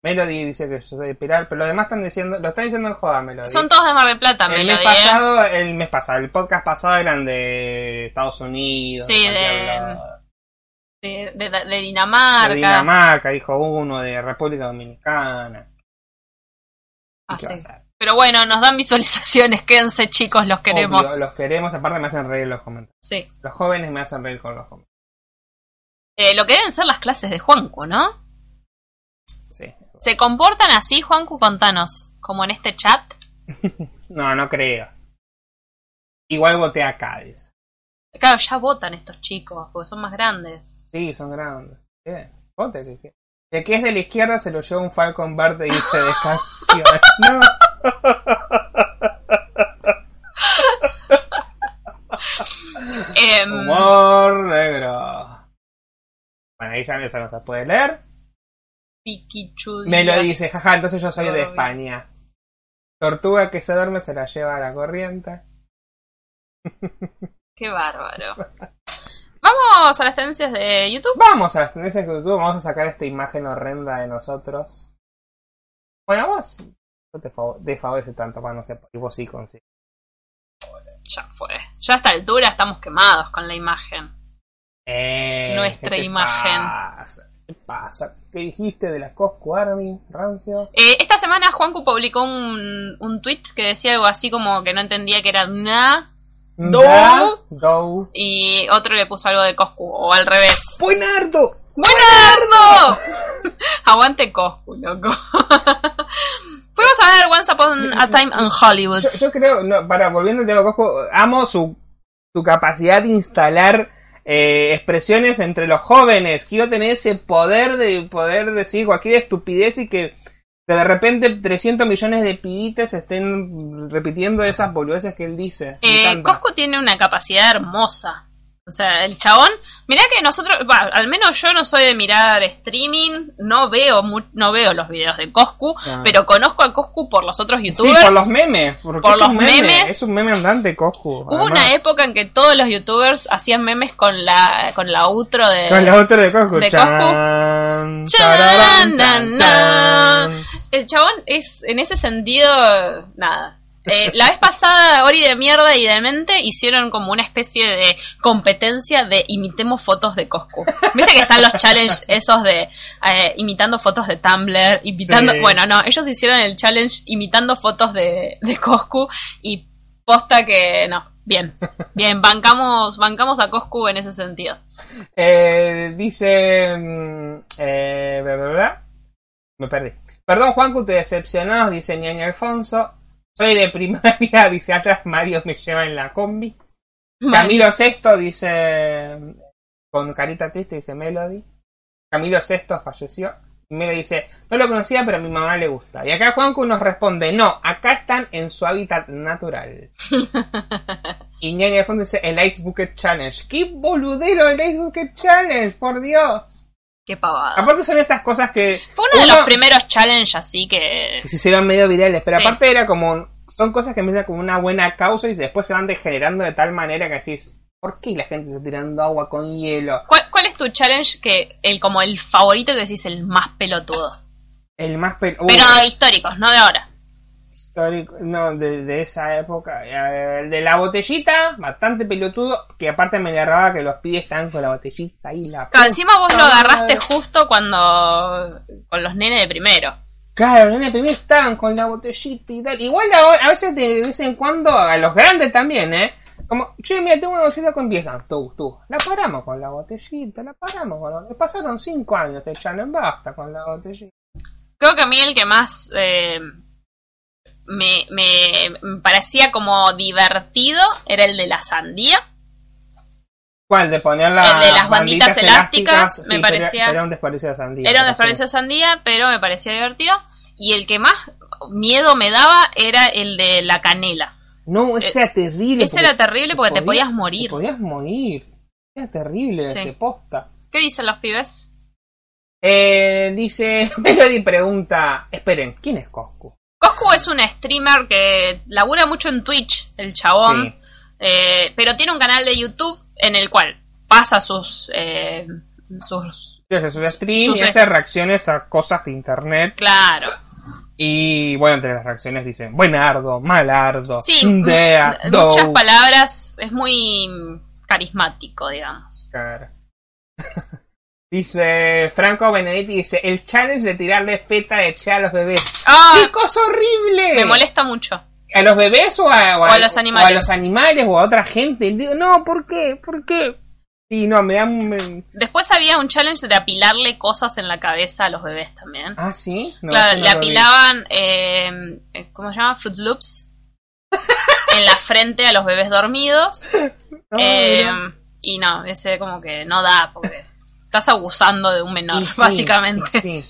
Speaker 1: Melody dice que yo soy de Pilar, pero lo demás están diciendo, lo están diciendo en joda, Melody.
Speaker 2: Son todos de Mar del Plata,
Speaker 1: el mes
Speaker 2: Melody. ¿eh?
Speaker 1: pasado, el mes pasado, el podcast pasado eran de Estados Unidos,
Speaker 2: Sí,
Speaker 1: no sé qué
Speaker 2: de-
Speaker 1: hablaba,
Speaker 2: De, de- de
Speaker 1: de
Speaker 2: Dinamarca.
Speaker 1: Dinamarca, dijo uno, de República Dominicana. ¿Y
Speaker 2: Ah,
Speaker 1: qué
Speaker 2: sí.
Speaker 1: vas a hacer?
Speaker 2: Pero bueno, nos dan visualizaciones. (laughs) Quédense, chicos, los queremos.
Speaker 1: Obvio, los queremos, aparte me hacen reír los comentarios.
Speaker 2: Sí.
Speaker 1: Los jóvenes me hacen reír con los comentarios.
Speaker 2: Eh, lo que deben ser las clases de Juancu, ¿no?
Speaker 1: Sí.
Speaker 2: ¿Se comportan así, Juancu? Contanos. Como en este chat.
Speaker 1: No, no creo. Igual voté a Cádiz.
Speaker 2: Claro, ya votan estos chicos, porque son más
Speaker 1: (laughs)
Speaker 2: grandes.
Speaker 1: Sí, son grandes. Bien. Ponte que, que- El que es de la izquierda se lo lleva un Falcon Verde y se descansión.
Speaker 2: (laughs)
Speaker 1: No.
Speaker 2: Em,
Speaker 1: Humor negro. Bueno, ahí ya esa no se puede leer.
Speaker 2: Piquichu
Speaker 1: Me lo
Speaker 2: Díaz.
Speaker 1: dice, jaja, entonces yo soy
Speaker 2: Todo
Speaker 1: de
Speaker 2: bien.
Speaker 1: España. Tortuga que se duerme se la lleva a la corriente.
Speaker 2: Qué bárbaro. Vamos a las tendencias de YouTube.
Speaker 1: Vamos a las tendencias de YouTube, vamos a sacar esta imagen horrenda de nosotros. Bueno, vos, no te fav- desfavoreces tanto para no sepa. Y vos sí consigues.
Speaker 2: Ya fue. Ya a esta altura estamos quemados con la imagen.
Speaker 1: Eh,
Speaker 2: Nuestra
Speaker 1: ¿qué te
Speaker 2: imagen.
Speaker 1: Pasa? ¿Qué pasa? ¿Qué dijiste de la Cosco Army, Rancio?
Speaker 2: Eh, esta semana Juancu publicó un, un tweet que decía algo así como que no entendía que era na Do.
Speaker 1: Da, Do.
Speaker 2: y otro le puso algo de Coscu o al revés.
Speaker 1: ¡Buenardo!
Speaker 2: ¡Buenardo! (laughs) Aguante Coscu, loco. (laughs) Fuimos a ver Once Upon a Time in Hollywood.
Speaker 1: Yo, yo creo, no, para, volviendo al tema Cosco, amo su, su capacidad de instalar eh, expresiones entre los jóvenes. Quiero tener ese poder de poder decir cualquier estupidez y que de repente 300 millones de pibites estén repitiendo esas boludeces que él dice. Me
Speaker 2: Eh,
Speaker 1: encanta.
Speaker 2: Coscu tiene una capacidad hermosa. O sea, el chabón. Mirá que nosotros. bah, al menos yo no soy de mirar streaming. No veo mu- no veo los videos de Coscu.
Speaker 1: Ah.
Speaker 2: Pero conozco a Coscu por los otros youtubers.
Speaker 1: Sí, por los memes. Porque
Speaker 2: Por
Speaker 1: es un
Speaker 2: los
Speaker 1: meme,
Speaker 2: memes.
Speaker 1: Es un meme andante, Coscu.
Speaker 2: Hubo una época en que todos los youtubers hacían memes con la, con la outro de.
Speaker 1: Con la otra de Coscu.
Speaker 2: de
Speaker 1: Chan,
Speaker 2: Coscu.
Speaker 1: tararán,
Speaker 2: Chan,
Speaker 1: chan,
Speaker 2: nan,
Speaker 1: chan.
Speaker 2: El chabón es, en ese sentido, nada. Eh, la vez pasada, Ori de Mierda y Demente hicieron como una especie de competencia de imitemos fotos de Coscu. Viste que están los challenges esos de eh, imitando fotos de Tumblr, imitando...
Speaker 1: Sí.
Speaker 2: Bueno, no, ellos hicieron el challenge imitando fotos de, de Coscu y posta que no. Bien, bien, bancamos, bancamos a Coscu en ese sentido.
Speaker 1: Eh, dice. mm, Eh, bla, bla, bla. Me perdí. Perdón, Juancu, te decepcionó, dice Ñaña Alfonso. Soy de primaria, (laughs) dice atrás Mario me lleva en la combi. (laughs) Camilo Sexto, dice. Con carita triste, dice Melody. Camilo Sexto falleció. Y Melody dice: No lo conocía, pero a mi mamá le gusta. Y acá Juancu nos responde: No, acá están en su hábitat natural. Y Ñaña de fondo dice el Ice Bucket Challenge. ¡Qué boludero el Ice Bucket Challenge! ¡Por Dios!
Speaker 2: Qué pavada.
Speaker 1: Aparte son esas cosas que
Speaker 2: Fue uno de
Speaker 1: uno-
Speaker 2: los primeros challenges así que...
Speaker 1: que se hicieron medio virales, pero
Speaker 2: Sí.
Speaker 1: aparte era como... Son cosas que empiezan como una buena causa y después se van degenerando de tal manera que decís... ¿Por qué la gente se está tirando agua con hielo?
Speaker 2: ¿Cuál, cuál es tu challenge que el como el favorito que decís el más pelotudo?
Speaker 1: El más... Pero
Speaker 2: Pero históricos, no de ahora.
Speaker 1: histórico, no, de, de esa época. Eh, El de la botellita, bastante pelotudo, que aparte me agarraba que los pibes estaban con la botellita y la...
Speaker 2: Claro,
Speaker 1: puta
Speaker 2: encima vos lo
Speaker 1: madre.
Speaker 2: agarraste justo cuando. con los nenes de primero.
Speaker 1: Claro, nene, primero estaban con la botellita y tal. Igual a, a veces de vez en cuando, a los grandes también, ¿eh? Como, che, mira, tengo una botellita con piezas. Tú, tú. La paramos con la botellita, la paramos con la botellita. Pasaron cinco años echando en basta con la botellita.
Speaker 2: Creo que a mí el que más eh, me, me- me parecía como divertido era el de la sandía.
Speaker 1: ¿Cuál? De poner la,
Speaker 2: El de las banditas elásticas, me
Speaker 1: sí,
Speaker 2: parecía-
Speaker 1: pero Era, un desperdicio de sandía.
Speaker 2: Era un
Speaker 1: pero
Speaker 2: desperdicio
Speaker 1: sí.
Speaker 2: de sandía, pero me parecía divertido. Y el que más miedo me daba era el de la canela.
Speaker 1: No, ese era terrible.
Speaker 2: Eh, Ese era terrible porque te podías morir.
Speaker 1: Te podías morir. Era terrible,
Speaker 2: Sí.
Speaker 1: ese posta.
Speaker 2: ¿Qué dicen los pibes?
Speaker 1: Eh, dice, (laughs) Melody pregunta, esperen, ¿quién es Coscu?
Speaker 2: Coscu es un streamer que labura mucho en Twitch, el chabón.
Speaker 1: Sí.
Speaker 2: Eh, pero tiene un canal de YouTube en el cual pasa sus. eh, sus
Speaker 1: Sí, se sube a stream
Speaker 2: Sus-
Speaker 1: y hace reacciones a cosas de internet.
Speaker 2: claro.
Speaker 1: Y bueno, entre las reacciones dicen buenardo, malardo,
Speaker 2: Sí,
Speaker 1: ndea,
Speaker 2: mu-
Speaker 1: dou.
Speaker 2: muchas palabras. Es muy carismático, digamos.
Speaker 1: Claro. (laughs) dice Franco Benedetti: dice el challenge de tirarle feta de che a los bebés.
Speaker 2: ¡Ah!
Speaker 1: ¡Qué cosa horrible!
Speaker 2: Me molesta mucho.
Speaker 1: ¿A los bebés o a,
Speaker 2: O a los animales.
Speaker 1: o a los animales o a otra gente? Digo, no, ¿por qué? ¿Por qué? Sí, no, me da. un- me-
Speaker 2: Después había un challenge de apilarle cosas en la cabeza a los bebés también.
Speaker 1: Ah, sí. No,
Speaker 2: Claro,
Speaker 1: eso no
Speaker 2: le
Speaker 1: lo vi.
Speaker 2: apilaban, eh, ¿cómo se llama? Fruit
Speaker 1: (laughs)
Speaker 2: Loops. en la frente a los bebés dormidos.
Speaker 1: No,
Speaker 2: Eh,
Speaker 1: no.
Speaker 2: y no, ese como que no da,
Speaker 1: (laughs)
Speaker 2: porque estás abusando de un menor,
Speaker 1: Y sí,
Speaker 2: básicamente.
Speaker 1: (laughs)
Speaker 2: (laughs)
Speaker 1: y sí.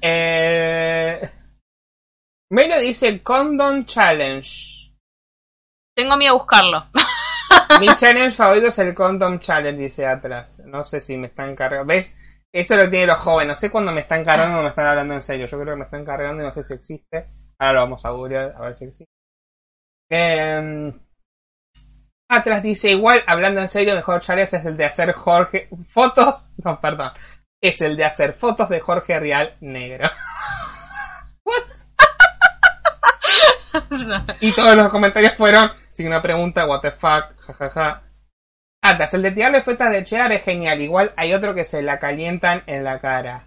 Speaker 1: Eh, Melo dice Condom Challenge.
Speaker 2: Tengo miedo a buscarlo. (laughs)
Speaker 1: Mi challenge favorito es el Condom Challenge, dice atrás. No sé si me están cargando. ¿Ves? Eso lo tienen los jóvenes. No sé cuándo me están cargando o me están hablando en serio. Yo creo que me están cargando y no sé si existe. Ahora lo vamos a googlear a ver si existe. Eh, atrás dice igual, hablando en serio, mejor challenge es el de hacer Jorge. Fotos. (laughs) No, perdón. Es el de hacer fotos de Jorge Real negro. Y todos los comentarios fueron, sin una pregunta, what the fuck, jajaja. Atas, el de tirarle fetas de cheddar es genial. Igual hay otro que se la calientan en la cara.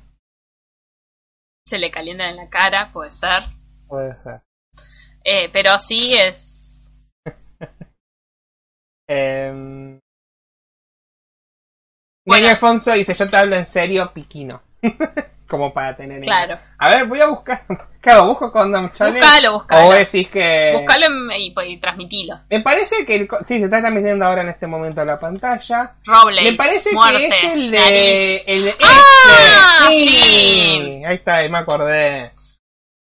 Speaker 2: Se le calientan en la cara, puede ser.
Speaker 1: Puede ser.
Speaker 2: Eh, pero sí es...
Speaker 1: Eh...
Speaker 2: Bueno.
Speaker 1: Alfonso dice, yo te hablo en serio, piquino. (laughs) Como para tener... en-
Speaker 2: Claro.
Speaker 1: A ver, voy a buscar... Claro, busco Condom Challenge.
Speaker 2: Buscalo,
Speaker 1: O eh,
Speaker 2: buscalo.
Speaker 1: decís que...
Speaker 2: Buscalo en- y, pues, y transmitilo.
Speaker 1: Me parece que... El... co- Sí, se está transmitiendo ahora en este momento a la pantalla.
Speaker 2: Robles,
Speaker 1: Me parece
Speaker 2: muerte,
Speaker 1: que es el de. eh,
Speaker 2: nariz.
Speaker 1: El de
Speaker 2: ¡Ah!
Speaker 1: este.
Speaker 2: Sí.
Speaker 1: Ahí está, ahí me acordé.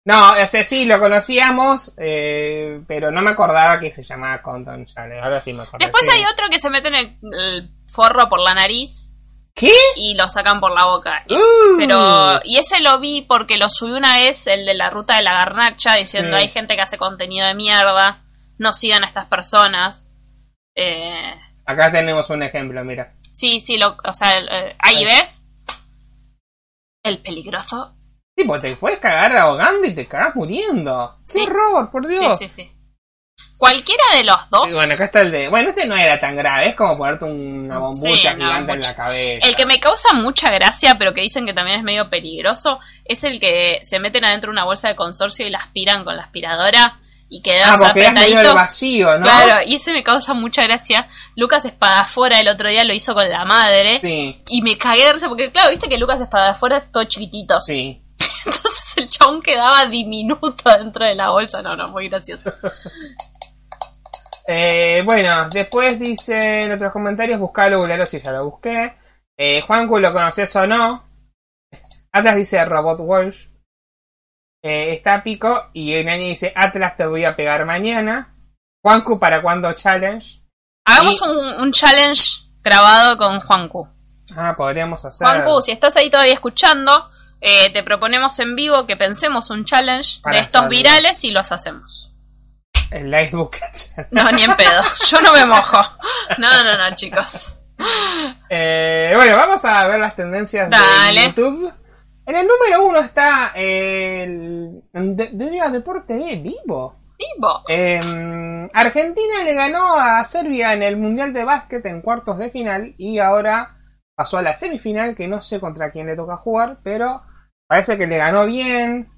Speaker 1: No, o sea, sí, lo conocíamos, eh, pero no me acordaba que se llamaba Condon Challenge. Ahora sí me acordé.
Speaker 2: Después
Speaker 1: sí.
Speaker 2: hay otro que se mete en el, el forro por la nariz
Speaker 1: ¿Qué?
Speaker 2: y lo sacan por la boca.
Speaker 1: Uh.
Speaker 2: Pero, y ese lo vi porque lo subí una vez, el de la ruta de la garnacha, diciendo
Speaker 1: Sí.
Speaker 2: hay gente que hace contenido de mierda, no sigan a estas personas. Eh,
Speaker 1: Acá tenemos un ejemplo, mira.
Speaker 2: sí, sí, lo, o sea, el- eh, ahí
Speaker 1: Ahí.
Speaker 2: ves. El peligroso.
Speaker 1: Tipo, pues te puedes cagar ahogando y te cagas muriendo.
Speaker 2: Sí.
Speaker 1: ¡Qué horror, por Dios!
Speaker 2: Sí, sí, sí. Cualquiera de los dos.
Speaker 1: Y bueno, acá está el de. Bueno, este no era tan grave, es como ponerte una bombucha
Speaker 2: Sí, una
Speaker 1: gigante en
Speaker 2: bombucha.
Speaker 1: la cabeza.
Speaker 2: El que me causa mucha gracia, pero que dicen que también es medio peligroso, es el que se meten adentro de una bolsa de consorcio y la aspiran con la aspiradora y quedas
Speaker 1: Ah, porque has medio el
Speaker 2: apretadito.
Speaker 1: vacío, ¿no?
Speaker 2: Claro, y ese me causa mucha gracia. Lucas Espadafora el otro día lo hizo con la madre
Speaker 1: Sí,
Speaker 2: y me cagué de risa porque, claro, viste que Lucas Espadafora es todo chiquitito. (laughs)
Speaker 1: sí.
Speaker 2: Entonces el chabón quedaba diminuto dentro de la bolsa. No, no, muy gracioso.
Speaker 1: Eh, bueno, después dice en otros comentarios, buscalo, googlealo si ya lo busqué. Eh, Juancu, ¿lo conoces o no? (laughs) Atlas dice Robot Walsh. Eh, está Pico y Nani dice Atlas te voy a pegar mañana. Juancu, ¿para cuándo challenge?
Speaker 2: Hagamos
Speaker 1: Y-
Speaker 2: un, un challenge grabado con Juancu.
Speaker 1: Ah, podríamos hacer.
Speaker 2: Juancu, si estás ahí todavía escuchando, eh, te proponemos en vivo que pensemos un challenge
Speaker 1: Para
Speaker 2: de estos
Speaker 1: hacerlo.
Speaker 2: virales y los hacemos.
Speaker 1: El Icebook (laughs) Catcher.
Speaker 2: No, ni en pedo. Yo no me mojo. No, no, no, chicos.
Speaker 1: Eh, bueno, vamos a ver las tendencias
Speaker 2: Dale.
Speaker 1: de YouTube. En el número uno está el. De, de- Deporte B, vivo.
Speaker 2: Vivo.
Speaker 1: Eh, Argentina le ganó a Serbia en el Mundial de Básquet en cuartos de final y ahora pasó a la semifinal que no sé contra quién le toca jugar, pero parece que le ganó bien.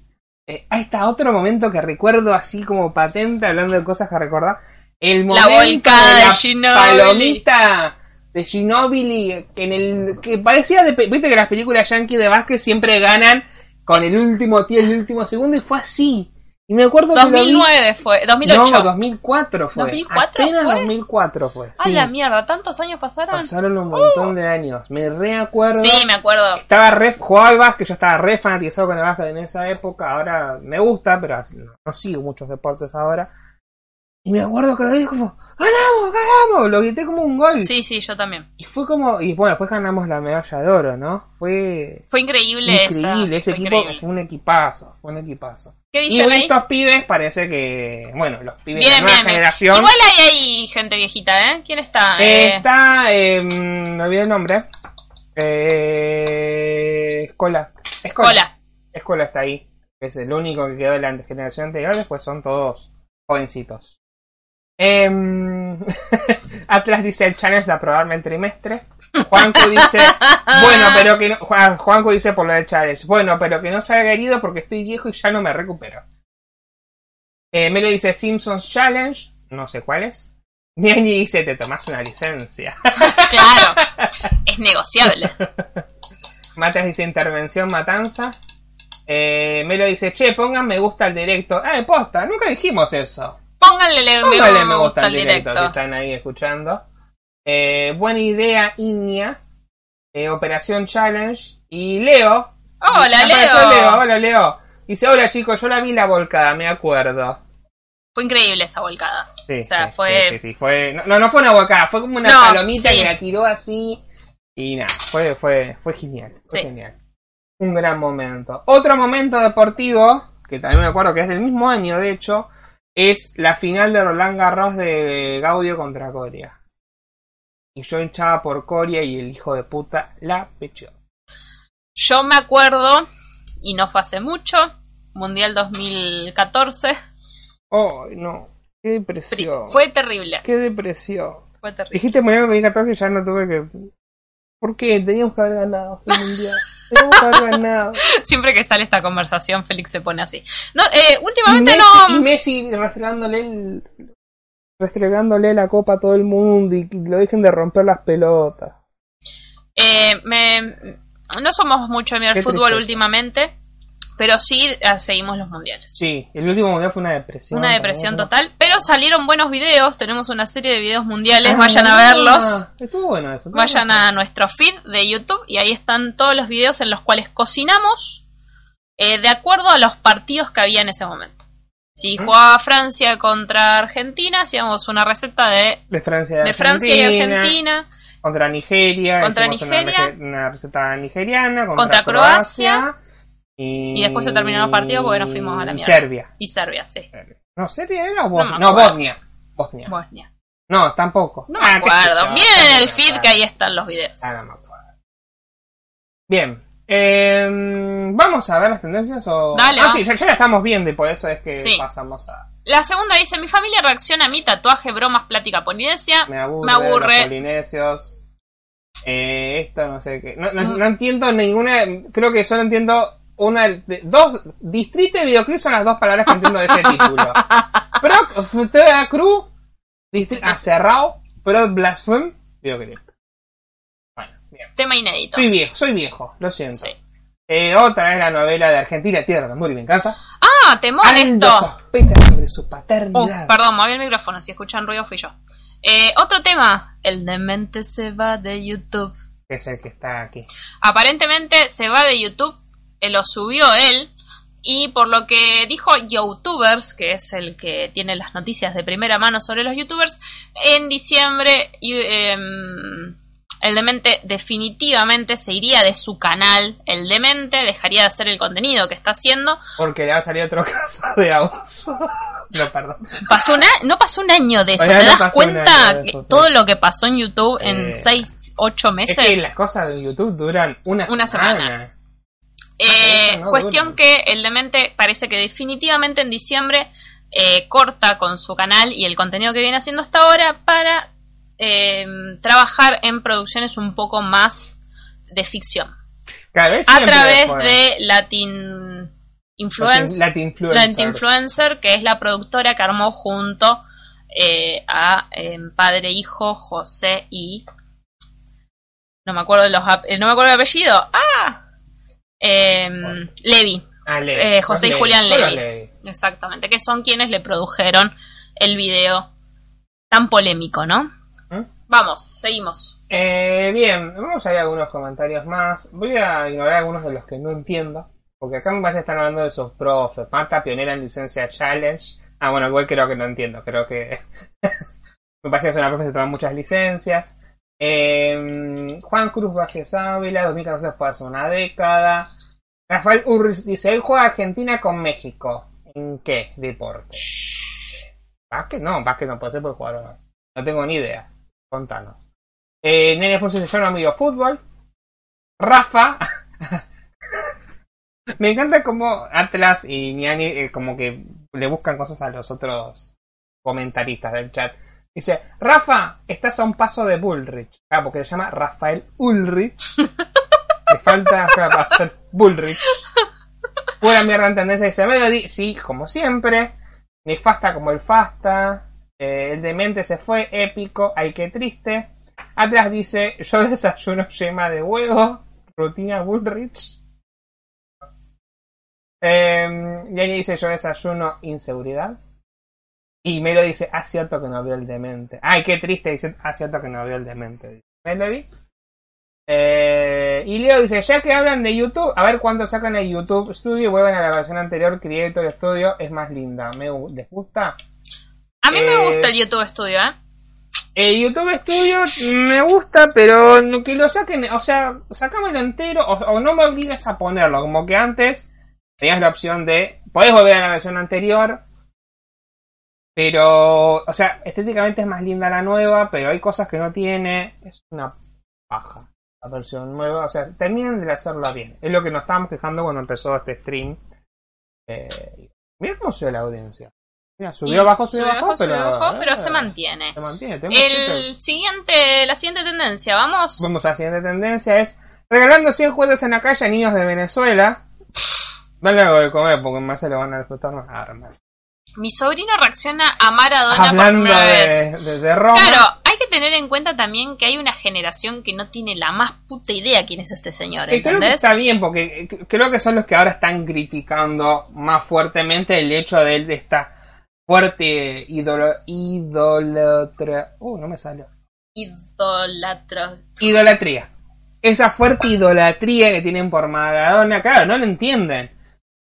Speaker 1: Eh, ahí está otro momento que recuerdo así como patente, hablando de cosas que recordar. El momento
Speaker 2: volcada de
Speaker 1: la
Speaker 2: Ginóbili.
Speaker 1: palomita de Ginobili en el que parecía de, pe- viste que las películas yankee de básquet siempre ganan con el último tío, el último segundo y fue así. Y me acuerdo que lo vi-
Speaker 2: 2009 fue. 2008.
Speaker 1: no, 2004 fue.
Speaker 2: 2004
Speaker 1: Apenas
Speaker 2: fue.
Speaker 1: 2004 fue.
Speaker 2: A
Speaker 1: sí.
Speaker 2: la mierda, ¿tantos años pasaron?
Speaker 1: Pasaron un montón de años. Me reacuerdo.
Speaker 2: Sí, me acuerdo.
Speaker 1: Estaba re, jugaba al básquet, yo estaba re fanatizado con el básquet en esa época. Ahora me gusta, pero no, no sigo muchos deportes ahora. Y me acuerdo que lo dije como, ¡ganamos, ganamos! Lo grité como un gol.
Speaker 2: Sí, sí, yo también.
Speaker 1: Y fue como, y bueno, después ganamos la medalla de oro, ¿no? Fue
Speaker 2: Fue increíble, esa.
Speaker 1: increíble. Ese
Speaker 2: fue
Speaker 1: equipo
Speaker 2: increíble.
Speaker 1: fue un equipazo, fue un equipazo.
Speaker 2: ¿Qué
Speaker 1: Y
Speaker 2: dicen
Speaker 1: bueno,
Speaker 2: ahí?
Speaker 1: estos pibes parece que, bueno, los pibes de
Speaker 2: Bien,
Speaker 1: la nueva
Speaker 2: bien, bien.
Speaker 1: generación.
Speaker 2: Igual hay ahí gente viejita, ¿eh? ¿Quién está?
Speaker 1: Eh,
Speaker 2: Eh,
Speaker 1: Está, eh, me olvidé el nombre. Eh, Escola. Escola.
Speaker 2: Cola.
Speaker 1: Escola está ahí. Es el único que quedó de la generación anterior. Después son todos jovencitos. Eh, (laughs) Atlas dice el challenge de aprobarme el trimestre. Juanco dice. (laughs) Bueno,
Speaker 2: Ah.
Speaker 1: pero que no. Juan- Juanco dice por lo del challenge. Bueno, pero que no salga herido porque estoy viejo y ya no me recupero. Eh, Melo dice Simpsons Challenge. No sé cuál es. (laughs) Niani dice: Te tomás una licencia.
Speaker 2: (laughs)
Speaker 1: (laughs)
Speaker 2: Claro. Es negociable.
Speaker 1: Matas dice intervención matanza. Eh, Melo dice, che, pongan me gusta al directo. Ah, posta, nunca dijimos eso.
Speaker 2: Pónganle le- me,
Speaker 1: Póngale me
Speaker 2: gusta
Speaker 1: gusta
Speaker 2: al
Speaker 1: al directo,
Speaker 2: directo.
Speaker 1: si están ahí escuchando. Eh, buena idea, Iña. Eh, Operación Challenge. Y Leo.
Speaker 2: Hola,
Speaker 1: Apareció
Speaker 2: Leo.
Speaker 1: Hola, Leo. Dice, hola chicos, yo la vi la volcada, me acuerdo.
Speaker 2: Fue increíble esa volcada.
Speaker 1: Sí,
Speaker 2: O sea,
Speaker 1: sí,
Speaker 2: fue-
Speaker 1: sí, sí, sí, fue- No, no, no fue una volcada, fue como una
Speaker 2: No,
Speaker 1: palomita
Speaker 2: sí.
Speaker 1: que la tiró así. Y nada, fue, fue, fue genial. Fue
Speaker 2: Sí.
Speaker 1: genial. Un gran momento. Otro momento deportivo, que también me acuerdo que es del mismo año, de hecho, es la final de Roland Garros de Gaudio contra Coria. Y yo hinchaba por Coria y el hijo de puta la pechó.
Speaker 2: Yo me acuerdo, y no fue hace mucho, Mundial 2014.
Speaker 1: Oh, no. Qué
Speaker 2: Pri-
Speaker 1: depresión.
Speaker 2: Fue terrible.
Speaker 1: Qué depresión.
Speaker 2: Fue terrible.
Speaker 1: Dijiste mundial 2014 y ya no tuve que. ¿Por qué? Teníamos que haber ganado este mundial.
Speaker 2: (laughs)
Speaker 1: Teníamos que haber ganado.
Speaker 2: Siempre que sale esta conversación, Félix se pone así. No, eh,
Speaker 1: Y
Speaker 2: últimamente
Speaker 1: Messi, y
Speaker 2: no.
Speaker 1: Messi restregándole el- restregándole la copa a todo el mundo y que lo dejen de romper las pelotas.
Speaker 2: eh, me- no somos mucho de mirar
Speaker 1: Qué
Speaker 2: fútbol
Speaker 1: tristeza.
Speaker 2: últimamente, pero sí eh, seguimos los mundiales.
Speaker 1: Sí, el último mundial fue una depresión.
Speaker 2: Una depresión
Speaker 1: ¿no?
Speaker 2: total, pero salieron buenos videos. Tenemos una serie de videos mundiales.
Speaker 1: Ah,
Speaker 2: vayan a
Speaker 1: ah,
Speaker 2: verlos.
Speaker 1: Estuvo bueno eso. estuvo
Speaker 2: Vayan
Speaker 1: bueno.
Speaker 2: a nuestro feed de YouTube y ahí están todos los videos en los cuales cocinamos eh, de acuerdo a los partidos que había en ese momento. Si
Speaker 1: ¿Mm?
Speaker 2: jugaba Francia contra Argentina, hacíamos una receta de,
Speaker 1: De Francia, y
Speaker 2: de Francia y Argentina.
Speaker 1: Contra Nigeria.
Speaker 2: Contra
Speaker 1: hicimos una
Speaker 2: Nigeria.
Speaker 1: rece- Una, receta nigeriana. Contra,
Speaker 2: Contra Croacia.
Speaker 1: Croacia. Y...
Speaker 2: Y después se terminaron los partidos porque nos fuimos a la
Speaker 1: y
Speaker 2: mierda.
Speaker 1: Serbia.
Speaker 2: Y Serbia, sí.
Speaker 1: No, Serbia era o Bosnia.
Speaker 2: me
Speaker 1: No,
Speaker 2: acuerdo.
Speaker 1: Bosnia. Bosnia.
Speaker 2: Bosnia.
Speaker 1: No, tampoco.
Speaker 2: No me
Speaker 1: Ah, qué sé
Speaker 2: acuerdo.
Speaker 1: yo,
Speaker 2: Miren en el
Speaker 1: tampoco,
Speaker 2: feed que
Speaker 1: ah,
Speaker 2: ahí están los videos.
Speaker 1: Ah, no me acuerdo. Bien. eh, Vamos a ver las tendencias o.
Speaker 2: Dale,
Speaker 1: Ah,
Speaker 2: va.
Speaker 1: sí, ya, ya la estamos viendo y por eso es que
Speaker 2: Sí.
Speaker 1: pasamos a.
Speaker 2: La segunda dice, mi familia reacciona a mi tatuaje, bromas, plática polinesia.
Speaker 1: Me aburre.
Speaker 2: Me aburre.
Speaker 1: Los polinesios. eh, esto no sé qué. No, no- no entiendo ninguna. Creo que solo entiendo una. de- dos. Distrito y videoclip son las dos palabras que entiendo
Speaker 2: (laughs)
Speaker 1: de ese título. Proc. Teda Cruz. Distrito. Acerrao. Pro Blasfem. Videoclip. Bueno, bien.
Speaker 2: Tema inédito.
Speaker 1: Soy viejo, soy viejo, lo siento.
Speaker 2: Sí.
Speaker 1: Eh, otra es la novela de Argentina, Tierra de Amor y Venganza.
Speaker 2: Ah, temor
Speaker 1: Aldo
Speaker 2: esto.
Speaker 1: sospecha sobre su
Speaker 2: Uh,
Speaker 1: paternidad.
Speaker 2: perdón, moví el micrófono. Si escuchan ruido, fui yo. Eh, otro tema. El demente se va de YouTube.
Speaker 1: que es el que está aquí.
Speaker 2: Aparentemente se va de YouTube. eh, lo subió él. Y por lo que dijo YouTubers, que es el que tiene las noticias de primera mano sobre los YouTubers, en diciembre y, em, el demente definitivamente se iría de su canal. El demente dejaría de hacer el contenido que está haciendo.
Speaker 1: Porque le va a salir otro (laughs) caso de abuso. No, perdón.
Speaker 2: Pasó una, no pasó un año de eso.
Speaker 1: Bueno,
Speaker 2: ¿Te
Speaker 1: no
Speaker 2: das
Speaker 1: pasó un
Speaker 2: cuenta
Speaker 1: año de
Speaker 2: que
Speaker 1: eso, sí.
Speaker 2: todo lo que pasó en YouTube en
Speaker 1: Eh,
Speaker 2: 6, 8
Speaker 1: Es
Speaker 2: meses?
Speaker 1: que las cosas de YouTube duran una,
Speaker 2: Una semana. Eh,
Speaker 1: eso Ah, no
Speaker 2: cuestión
Speaker 1: dura.
Speaker 2: que el demente parece que definitivamente en diciembre eh, corta con su canal y el contenido que viene haciendo hasta ahora para eh, trabajar en producciones un poco más de ficción.
Speaker 1: Claro, es
Speaker 2: A
Speaker 1: siempre
Speaker 2: través
Speaker 1: después.
Speaker 2: de Latin Influence,
Speaker 1: Latin influencer.
Speaker 2: Latin Influencer, que es la productora que armó junto eh, a eh, padre, hijo, José y. No me acuerdo de los ap- eh, no me acuerdo el apellido. ¡Ah! Em,
Speaker 1: Bueno.
Speaker 2: Levi,
Speaker 1: Ah, Levi.
Speaker 2: eh, José y
Speaker 1: Levi.
Speaker 2: Julián
Speaker 1: Solo
Speaker 2: Levi. exactamente, que son quienes le produjeron el video tan polémico, ¿no?
Speaker 1: ¿Mm?
Speaker 2: Vamos, seguimos.
Speaker 1: Eh, bien, vamos a ver algunos comentarios más. Voy a ignorar algunos de los que no entiendo. Porque acá me parece que están hablando de sus profes. Marta, pionera en licencia challenge. Ah, bueno, igual creo que no entiendo. Creo que. (laughs) me parece que es una profe que se toma muchas licencias. Eh, Juan Cruz Vázquez Ávila, 2014 fue hace una década. Rafael Urris dice: Él juega Argentina con México. ¿En qué deporte? ¿Básquet? No, básquet no puede ser porque jugaron. mal. No tengo ni idea. Contanos. Eh, Nene Fonsi dice, yo no miro fútbol. Rafa. (laughs) Me encanta como Atlas y Niani eh, como que le buscan cosas a los otros comentaristas del chat. Dice, Rafa, estás a un paso de Bullrich. Ah, porque se llama Rafael Ulrich. Le falta para hacer Bullrich. Pura mierda en tendencia dice Melody. Sí, como siempre. Nefasta como el Fasta. Eh, el demente se fue. Épico. Ay, qué triste. Atlas dice, yo desayuno yema de huevo, rutina Bullrich. Eh, Jenny dice, yo desayuno inseguridad. Y Melody dice, ah, cierto que no veo el demente. Ay, qué triste, dice, ah, cierto que no veo el demente. dice Melody. Eh, y Leo dice, ya que hablan de YouTube, a ver cuándo sacan el YouTube Studio y vuelven a la versión anterior, Creator Studio, es más linda. ¿Me, gu- ¿Les gusta?
Speaker 2: A mí
Speaker 1: Eh,
Speaker 2: me gusta el YouTube Studio, ¿eh?
Speaker 1: Eh, YouTube Studio me gusta, pero no- que lo saquen, o sea, sacámelo entero o, o no me obligues a ponerlo. Como que antes tenías la opción de, podés volver a la versión anterior, pero, o sea, estéticamente es más linda la nueva, pero hay cosas que no tiene. Es una paja la versión nueva, o sea, terminan de hacerla bien. Es lo que nos estábamos quejando cuando empezó este stream. Eh, mira cómo subió la audiencia. Mira, subió,
Speaker 2: Y
Speaker 1: bajó, subió, bajó,
Speaker 2: subió,
Speaker 1: pero,
Speaker 2: bajó, pero
Speaker 1: eh,
Speaker 2: se mantiene.
Speaker 1: se mantiene. Tenemos chicas-
Speaker 2: El siguiente, la siguiente tendencia, vamos.
Speaker 1: Vamos a la siguiente tendencia, es regalando 100 juguetes en la calle a niños de Venezuela. Dale algo de comer porque más se lo van a disfrutar más Ah, armas.
Speaker 2: Mi sobrino reacciona a Maradona por
Speaker 1: Hablando
Speaker 2: primera vez.
Speaker 1: de, de, de Roma. eh,
Speaker 2: Claro, hay que tener en cuenta también que hay una generación que no tiene la más puta idea quién es este señor,
Speaker 1: que creo que
Speaker 2: ¿entendés?
Speaker 1: está bien porque eh, creo que son los que ahora están criticando más fuertemente el hecho de, de esta fuerte idolo, idolatra... Uh, no me salió.
Speaker 2: Idolatro.
Speaker 1: idolatría. Esa fuerte idolatría que tienen por Maradona, claro, no lo entienden.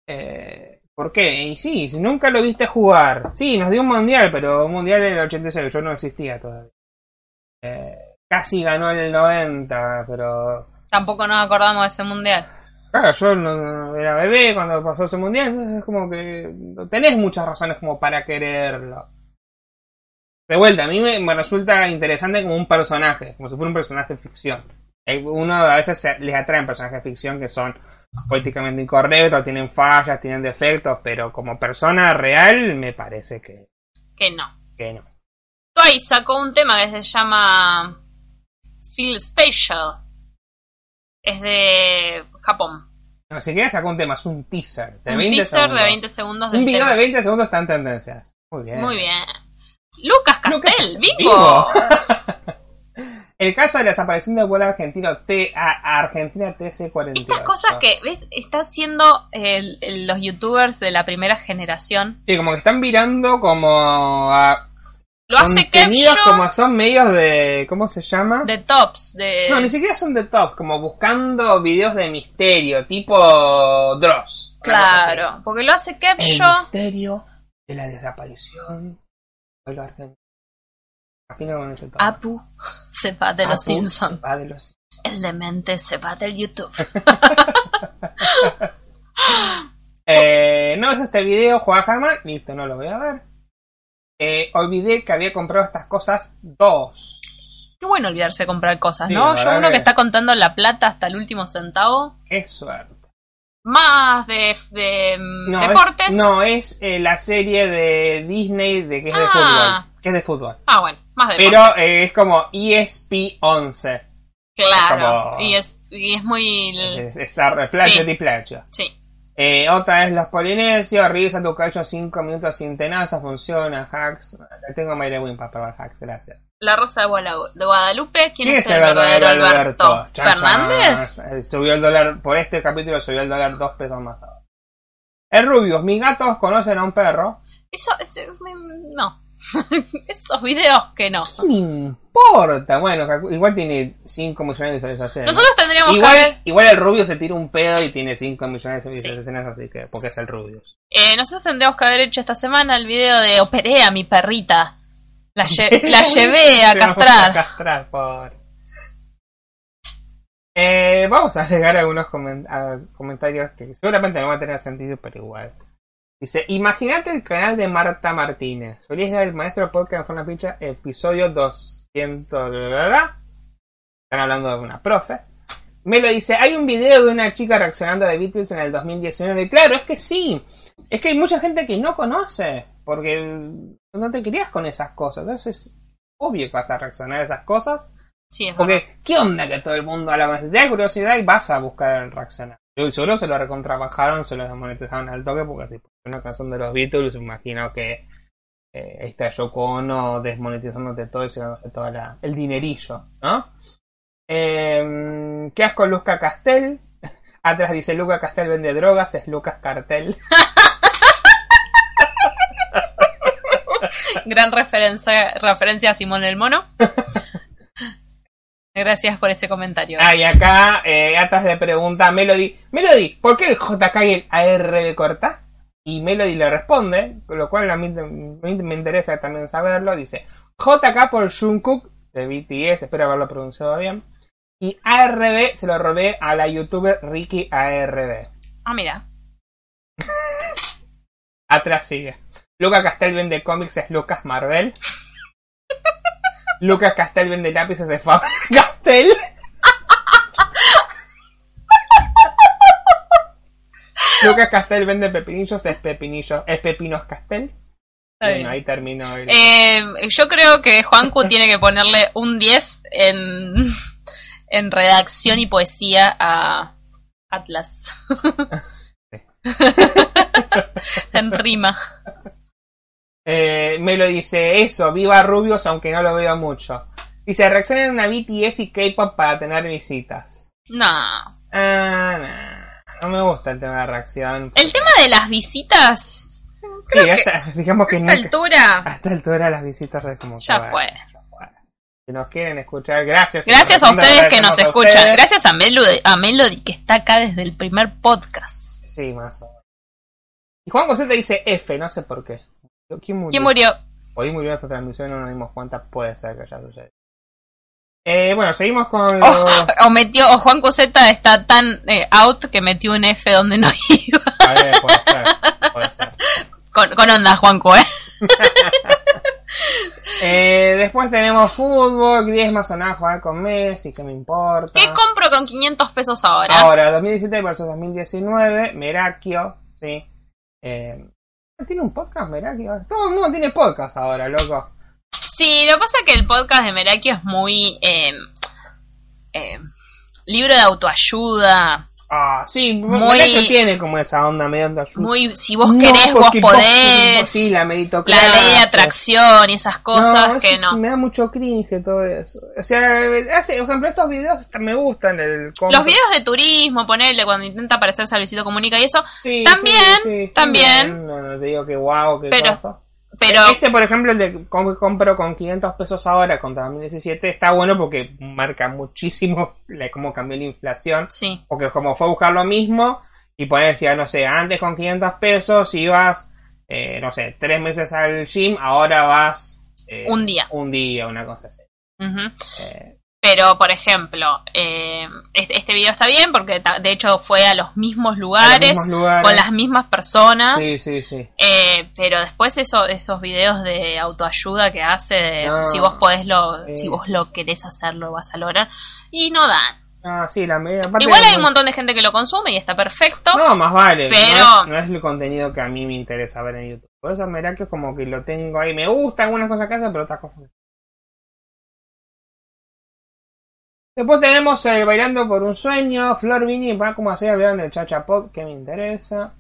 Speaker 1: Eh, ¿Por qué? Y sí, si nunca lo viste jugar. Sí, nos dio un mundial, pero un mundial en el 86, yo no existía todavía. Eh, casi ganó en el 90, pero...
Speaker 2: Tampoco nos acordamos de ese mundial.
Speaker 1: Claro, yo no- no- era bebé cuando pasó ese mundial, entonces es como que no tenés muchas razones como para quererlo. De vuelta, a mí me, me resulta interesante como un personaje, como si fuera un personaje de ficción. Hay- Uno a veces se- les atraen personajes de ficción que son políticamente incorrectos, tienen fallas, tienen defectos, pero como persona real me parece que,
Speaker 2: Que no.
Speaker 1: que no.
Speaker 2: Twice sacó un tema que se llama Feel Special. Es de Japón.
Speaker 1: No, siquiera sacó un tema, es un teaser. De
Speaker 2: un
Speaker 1: 20
Speaker 2: teaser
Speaker 1: segundos.
Speaker 2: de 20 segundos del
Speaker 1: Un video
Speaker 2: tema.
Speaker 1: de 20 segundos está en tendencias. Muy bien.
Speaker 2: Muy bien. Lucas Castel,
Speaker 1: Lucas
Speaker 2: bingo.
Speaker 1: (laughs) El caso de la desaparición del vuelo argentino T a Argentina TC48.
Speaker 2: Estas cosas que, ¿ves? Está haciendo el- el- los youtubers de la primera generación.
Speaker 1: Sí, como que están mirando como a
Speaker 2: Lo hace
Speaker 1: contenidos
Speaker 2: Kevshaw
Speaker 1: como son medios de... ¿Cómo se llama?
Speaker 2: de Tops, de...
Speaker 1: No, ni siquiera son de top, como buscando videos de misterio, tipo Dross. una cosa así.
Speaker 2: claro, porque lo hace
Speaker 1: El
Speaker 2: Kevshaw.
Speaker 1: misterio de la desaparición del vuelo argentino. Imagino con ese tono.
Speaker 2: Apu (laughs) se va de los
Speaker 1: Apu
Speaker 2: Simpsons.
Speaker 1: se va de los
Speaker 2: El demente se va del YouTube.
Speaker 1: Eh, no es este video, Juan Harman. Listo, no lo voy a ver. Eh, olvidé que había comprado estas cosas dos.
Speaker 2: Qué bueno olvidarse de comprar cosas,
Speaker 1: Sí,
Speaker 2: ¿no?
Speaker 1: la
Speaker 2: Yo
Speaker 1: verdad
Speaker 2: uno
Speaker 1: que-
Speaker 2: que está contando la plata hasta el último centavo.
Speaker 1: Qué suerte.
Speaker 2: más de, de, mm,
Speaker 1: No,
Speaker 2: deportes.
Speaker 1: Es, no, es eh, la serie de Disney de que es de
Speaker 2: Ah.
Speaker 1: fútbol. Que es de fútbol.
Speaker 2: Ah, bueno, más deportes.
Speaker 1: Pero eh, es como ESP11.
Speaker 2: claro.
Speaker 1: como- Eh,
Speaker 2: Y, es, y es muy... l-
Speaker 1: Es- Está replacho
Speaker 2: Sí.
Speaker 1: de placho.
Speaker 2: Sí.
Speaker 1: Eh, otra es Los Polinesios. Revisa tu calcio 5 minutos sin tenaza. Funciona. Hacks. La tengo en Mayra Wimpa para ver hacks. Gracias.
Speaker 2: La Rosa de, Guala- de Guadalupe. ¿Quién,
Speaker 1: ¿Quién es el verdadero Alberto? Chan, chan.
Speaker 2: ¿Fernández?
Speaker 1: Eh, Subió el dólar, por este capítulo subió el dólar dos pesos más ahora. El Rubius, mis gatos conocen a un perro.
Speaker 2: Eso, es- mm, no. (laughs) Esos videos que no.
Speaker 1: No me importa. Bueno, calcu- igual tiene 5 millones de visualizaciones. ¿no?
Speaker 2: Nosotros tendríamos que ver,
Speaker 1: Igual, igual el Rubius se tira un pedo y tiene 5 millones de visualizaciones, así que, porque es el Rubius.
Speaker 2: eh, nosotros tendríamos que haber hecho esta semana el video de operé a mi perrita. La,
Speaker 1: (laughs)
Speaker 2: lle- la llevé a
Speaker 1: Pero A
Speaker 2: castrar.
Speaker 1: castrar, por. Eh, vamos a agregar algunos comen- a- comentarios que seguramente no van a tener sentido, pero igual. Dice, imagínate el canal de Marta Martínez. Feliz día del maestro podcast fue una pincha, episodio 200, bla, bla, bla. Están hablando de una profe. Me lo dice, hay un video de una chica reaccionando a The Beatles en el 2019. Claro, es que sí. Es que hay mucha gente que no conoce. Porque no te querías con esas cosas. Entonces, obvio que vas a reaccionar a esas cosas.
Speaker 2: Sí, es verdad.
Speaker 1: Porque, ¿qué onda que todo el mundo habla con eso? Te da curiosidad y vas a buscar reaccionar. Yo seguro se lo recontrabajaron, se lo desmonetizaron al toque, porque si pusieron una canción de los Beatles, imagino que eh, está Yoko Ono desmonetizándote todo y sacándote todo el dinerillo, ¿no? Eh, ¿Qué asco Luca Castel? (laughs) Atrás dice Luca Castel vende drogas, es Lucas Cartel.
Speaker 2: Gran referencia, referencia a Simón el
Speaker 1: (laughs)
Speaker 2: Mono. Gracias por ese comentario.
Speaker 1: Ah, y acá, eh, atrás le pregunta a Melody, Melody, ¿por qué el JK y el ARB corta? Y Melody le responde, con lo cual a mí, tam- a mí me interesa también saberlo, dice, JK por Jungkook, de BTS, espero haberlo pronunciado bien, y ARB se lo robé a la youtuber Ricky ARB.
Speaker 2: Ah, mira.
Speaker 1: Atrás sigue. Lucas Castel vende cómics, es Lucas Marvel. Lucas Castel vende lápices, es Faber Castel. Lucas Castel vende pepinillos, es Pepinillo, es Pepinos Castel.
Speaker 2: Está bien.
Speaker 1: Bueno, ahí termino el...
Speaker 2: Eh, yo creo que
Speaker 1: (laughs)
Speaker 2: Juancu tiene que ponerle un 10 en, en redacción y poesía a
Speaker 1: (laughs)
Speaker 2: Atlas. en rima.
Speaker 1: Eh, me lo dice eso, viva Rubios, aunque no lo veo mucho. Dice, reaccionen a BTS y K-Pop para tener visitas.
Speaker 2: No.
Speaker 1: Ah, nah, no me gusta el tema de reacción.
Speaker 2: El tema de las visitas,
Speaker 1: Sí,
Speaker 2: que-
Speaker 1: hasta- (laughs) digamos
Speaker 2: a
Speaker 1: que
Speaker 2: esta
Speaker 1: nunca, (laughs)
Speaker 2: altura,
Speaker 1: A esta altura las visitas es como que,
Speaker 2: ya
Speaker 1: bueno,
Speaker 2: fue.
Speaker 1: Si nos quieren escuchar, gracias.
Speaker 2: Gracias a
Speaker 1: Nos recomiendan
Speaker 2: ustedes que nos
Speaker 1: a
Speaker 2: escuchan.
Speaker 1: ustedes.
Speaker 2: Gracias a Melody, a Melody que está acá desde el primer podcast.
Speaker 1: Sí, más o menos. Y Juan José te dice F, no sé por qué. ¿Quién murió?
Speaker 2: ¿Quién murió?
Speaker 1: Hoy murió esta transmisión, no nos dimos cuenta, puede ser que haya sucedido. Eh, bueno, seguimos con los...
Speaker 2: Oh, o metió, o Juan Coseta está tan eh, out que metió un F donde no (laughs) iba.
Speaker 1: A ver, puede ser, puede ser.
Speaker 2: Con, con onda, Juanco, ¿eh?
Speaker 1: Eh, después tenemos fútbol, Griezmann sonaba a jugar con Messi, que me importa.
Speaker 2: ¿Qué compro con 500 pesos ahora?
Speaker 1: Ahora, 2017 versus 2019, Merakio, sí. Eh, ¿Tiene un podcast Merakio? Todo el mundo tiene podcast ahora, loco.
Speaker 2: Sí, lo que pasa es que el podcast de Merakio es muy... eh, eh, libro de autoayuda.
Speaker 1: Ah, sí,
Speaker 2: Muy-
Speaker 1: Merakio tiene como esa onda medio de ayuda.
Speaker 2: Muy... Si vos
Speaker 1: No,
Speaker 2: querés, vos
Speaker 1: porque
Speaker 2: podés.
Speaker 1: vos- sí, la
Speaker 2: la
Speaker 1: meritocracia.
Speaker 2: ley de atracción y esas cosas
Speaker 1: No,
Speaker 2: que
Speaker 1: eso sí,
Speaker 2: no.
Speaker 1: Me da mucho cringe todo eso. O sea, hace, por ejemplo, estos videos me gustan. El
Speaker 2: Los videos de turismo, ponerle cuando intenta parecerse a Luisito Comunica y eso.
Speaker 1: Sí,
Speaker 2: también,
Speaker 1: sí, sí,
Speaker 2: también.
Speaker 1: No, no te digo que guau, que
Speaker 2: Pero-
Speaker 1: cosa.
Speaker 2: Pero
Speaker 1: Este, por ejemplo, el de com- compro con 500 pesos ahora contra 2017 está bueno porque marca muchísimo (laughs) la- cómo cambió la inflación.
Speaker 2: sí.
Speaker 1: Porque como fue a buscar lo mismo y poner, decía, no sé, antes con 500 pesos ibas, eh, no sé, tres meses al gym, ahora vas... eh,
Speaker 2: Un día.
Speaker 1: Un día, una cosa así.
Speaker 2: Ujú.
Speaker 1: Eh,
Speaker 2: Pero, por ejemplo, eh, este, este video está bien porque ta- de hecho fue a los mismos
Speaker 1: a los
Speaker 2: lugares,
Speaker 1: mismos lugares.
Speaker 2: con las mismas personas.
Speaker 1: Sí, sí, sí.
Speaker 2: Eh, pero después eso, esos videos de autoayuda que hace, de
Speaker 1: No,
Speaker 2: si vos podés lo,
Speaker 1: Ah, sí.
Speaker 2: si vos lo querés hacer, lo vas a lograr. Y no dan.
Speaker 1: Ah, sí, la media parte
Speaker 2: Igual
Speaker 1: de-
Speaker 2: hay un montón de gente que lo consume y está perfecto.
Speaker 1: No, más vale.
Speaker 2: Pero-
Speaker 1: No, es, no es el contenido que a mí me interesa ver en YouTube. Por eso mirá que es como que lo tengo ahí. Me gusta algunas cosas que hacen, pero otras cosas. no. Después tenemos eh, Bailando por un sueño. Flor Vini va como hacía hablando de Chacha Pop, que me interesa.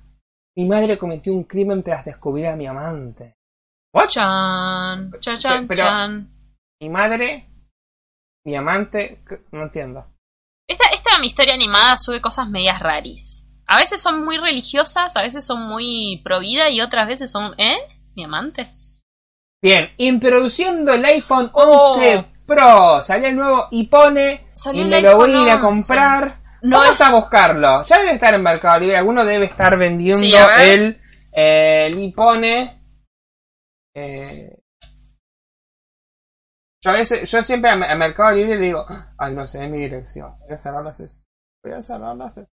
Speaker 1: Mi madre cometió un crimen tras descubrir a mi amante. ¿What?
Speaker 2: Chan, chan, chan,
Speaker 1: Pero-
Speaker 2: chan.
Speaker 1: Mi madre, mi amante, c- no entiendo.
Speaker 2: Esta, esta mi historia animada sube cosas medias raris. A veces son muy religiosas, a veces son muy pro vida y otras veces son, ¿eh? Mi amante.
Speaker 1: Bien, introduciendo el iPhone 11
Speaker 2: Oh.
Speaker 1: Pro. Salió el nuevo y pone.
Speaker 2: Salió
Speaker 1: y
Speaker 2: el
Speaker 1: me lo voy
Speaker 2: iPhone
Speaker 1: a ir a
Speaker 2: 11.
Speaker 1: comprar.
Speaker 2: No
Speaker 1: Vamos
Speaker 2: es-
Speaker 1: a buscarlo. Ya debe estar en Mercado Libre. Alguno debe estar vendiendo
Speaker 2: Sí, a ver.
Speaker 1: el, eh, el iPhone. Eh, yo, a veces, yo siempre a, a Mercado Libre le digo: Ay, no sé, es mi dirección. Voy a cerrar las. es- Voy a cerrar las. es-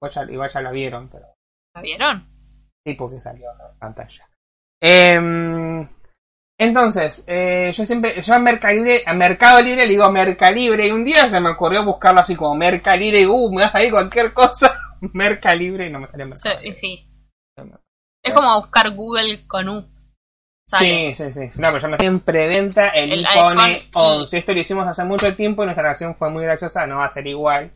Speaker 1: Igual ya, igual ya la vieron, pero.
Speaker 2: ¿La vieron?
Speaker 1: Sí, porque salió en la pantalla. Em, entonces, eh, yo siempre, yo a Mercado Libre, a Mercado Libre le digo Mercalibre, y un día se me ocurrió buscarlo así como Mercalibre, y uh, me va a salir cualquier cosa. (laughs) Mercalibre, y no me sale
Speaker 2: Sí,
Speaker 1: Mercado Libre.
Speaker 2: sí.
Speaker 1: No,
Speaker 2: Es como buscar Google con U. Sale.
Speaker 1: Sí, sí, sí. No, pero yo me en preventa el,
Speaker 2: El
Speaker 1: iPhone
Speaker 2: iPhone y-
Speaker 1: 11. Esto lo hicimos hace mucho tiempo y nuestra reacción fue muy graciosa. No va a ser igual.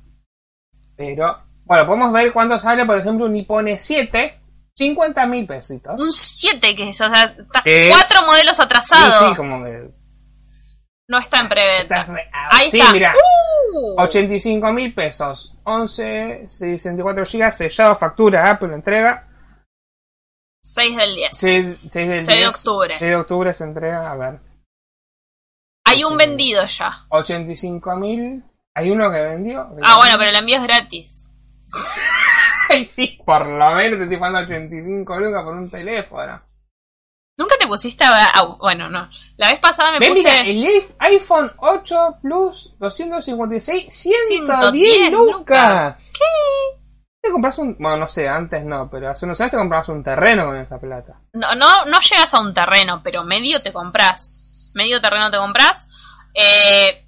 Speaker 1: Pero, bueno, podemos ver cuánto sale, por ejemplo, un iPhone 7. 50 mil pesitos.
Speaker 2: Un 7 que es, o sea, está
Speaker 1: ¿Qué?
Speaker 2: cuatro modelos atrasados.
Speaker 1: Sí, sí, como que
Speaker 2: No está en
Speaker 1: Estás
Speaker 2: preventa.
Speaker 1: re-
Speaker 2: Ahí
Speaker 1: sí,
Speaker 2: está.
Speaker 1: mira.
Speaker 2: Uh.
Speaker 1: 85 mil pesos. 11, 64 gigas, sellado, factura, Apple entrega.
Speaker 2: 6 del 10.
Speaker 1: 6, del
Speaker 2: 6 de
Speaker 1: 10,
Speaker 2: octubre.
Speaker 1: 6 de octubre se entrega, a ver.
Speaker 2: Hay un
Speaker 1: sí.
Speaker 2: vendido ya.
Speaker 1: 85 mil. ¿Hay uno que vendió?
Speaker 2: Ah, bueno, pero el envío es gratis.
Speaker 1: Ay, (laughs) sí, por lo menos te estoy pagando 85 lucas por un teléfono.
Speaker 2: Nunca te pusiste a... ah, bueno, no. La vez pasada me
Speaker 1: Ven,
Speaker 2: puse...
Speaker 1: mira, el i- iPhone 8 Plus 256, 110,
Speaker 2: 110
Speaker 1: lucas. ¿Qué? Te compras un. Bueno, no sé, antes no, pero hace unos años te comprabas un terreno con esa plata.
Speaker 2: No, no, no llegas a un terreno, pero medio te compras. Medio terreno te compras. eh,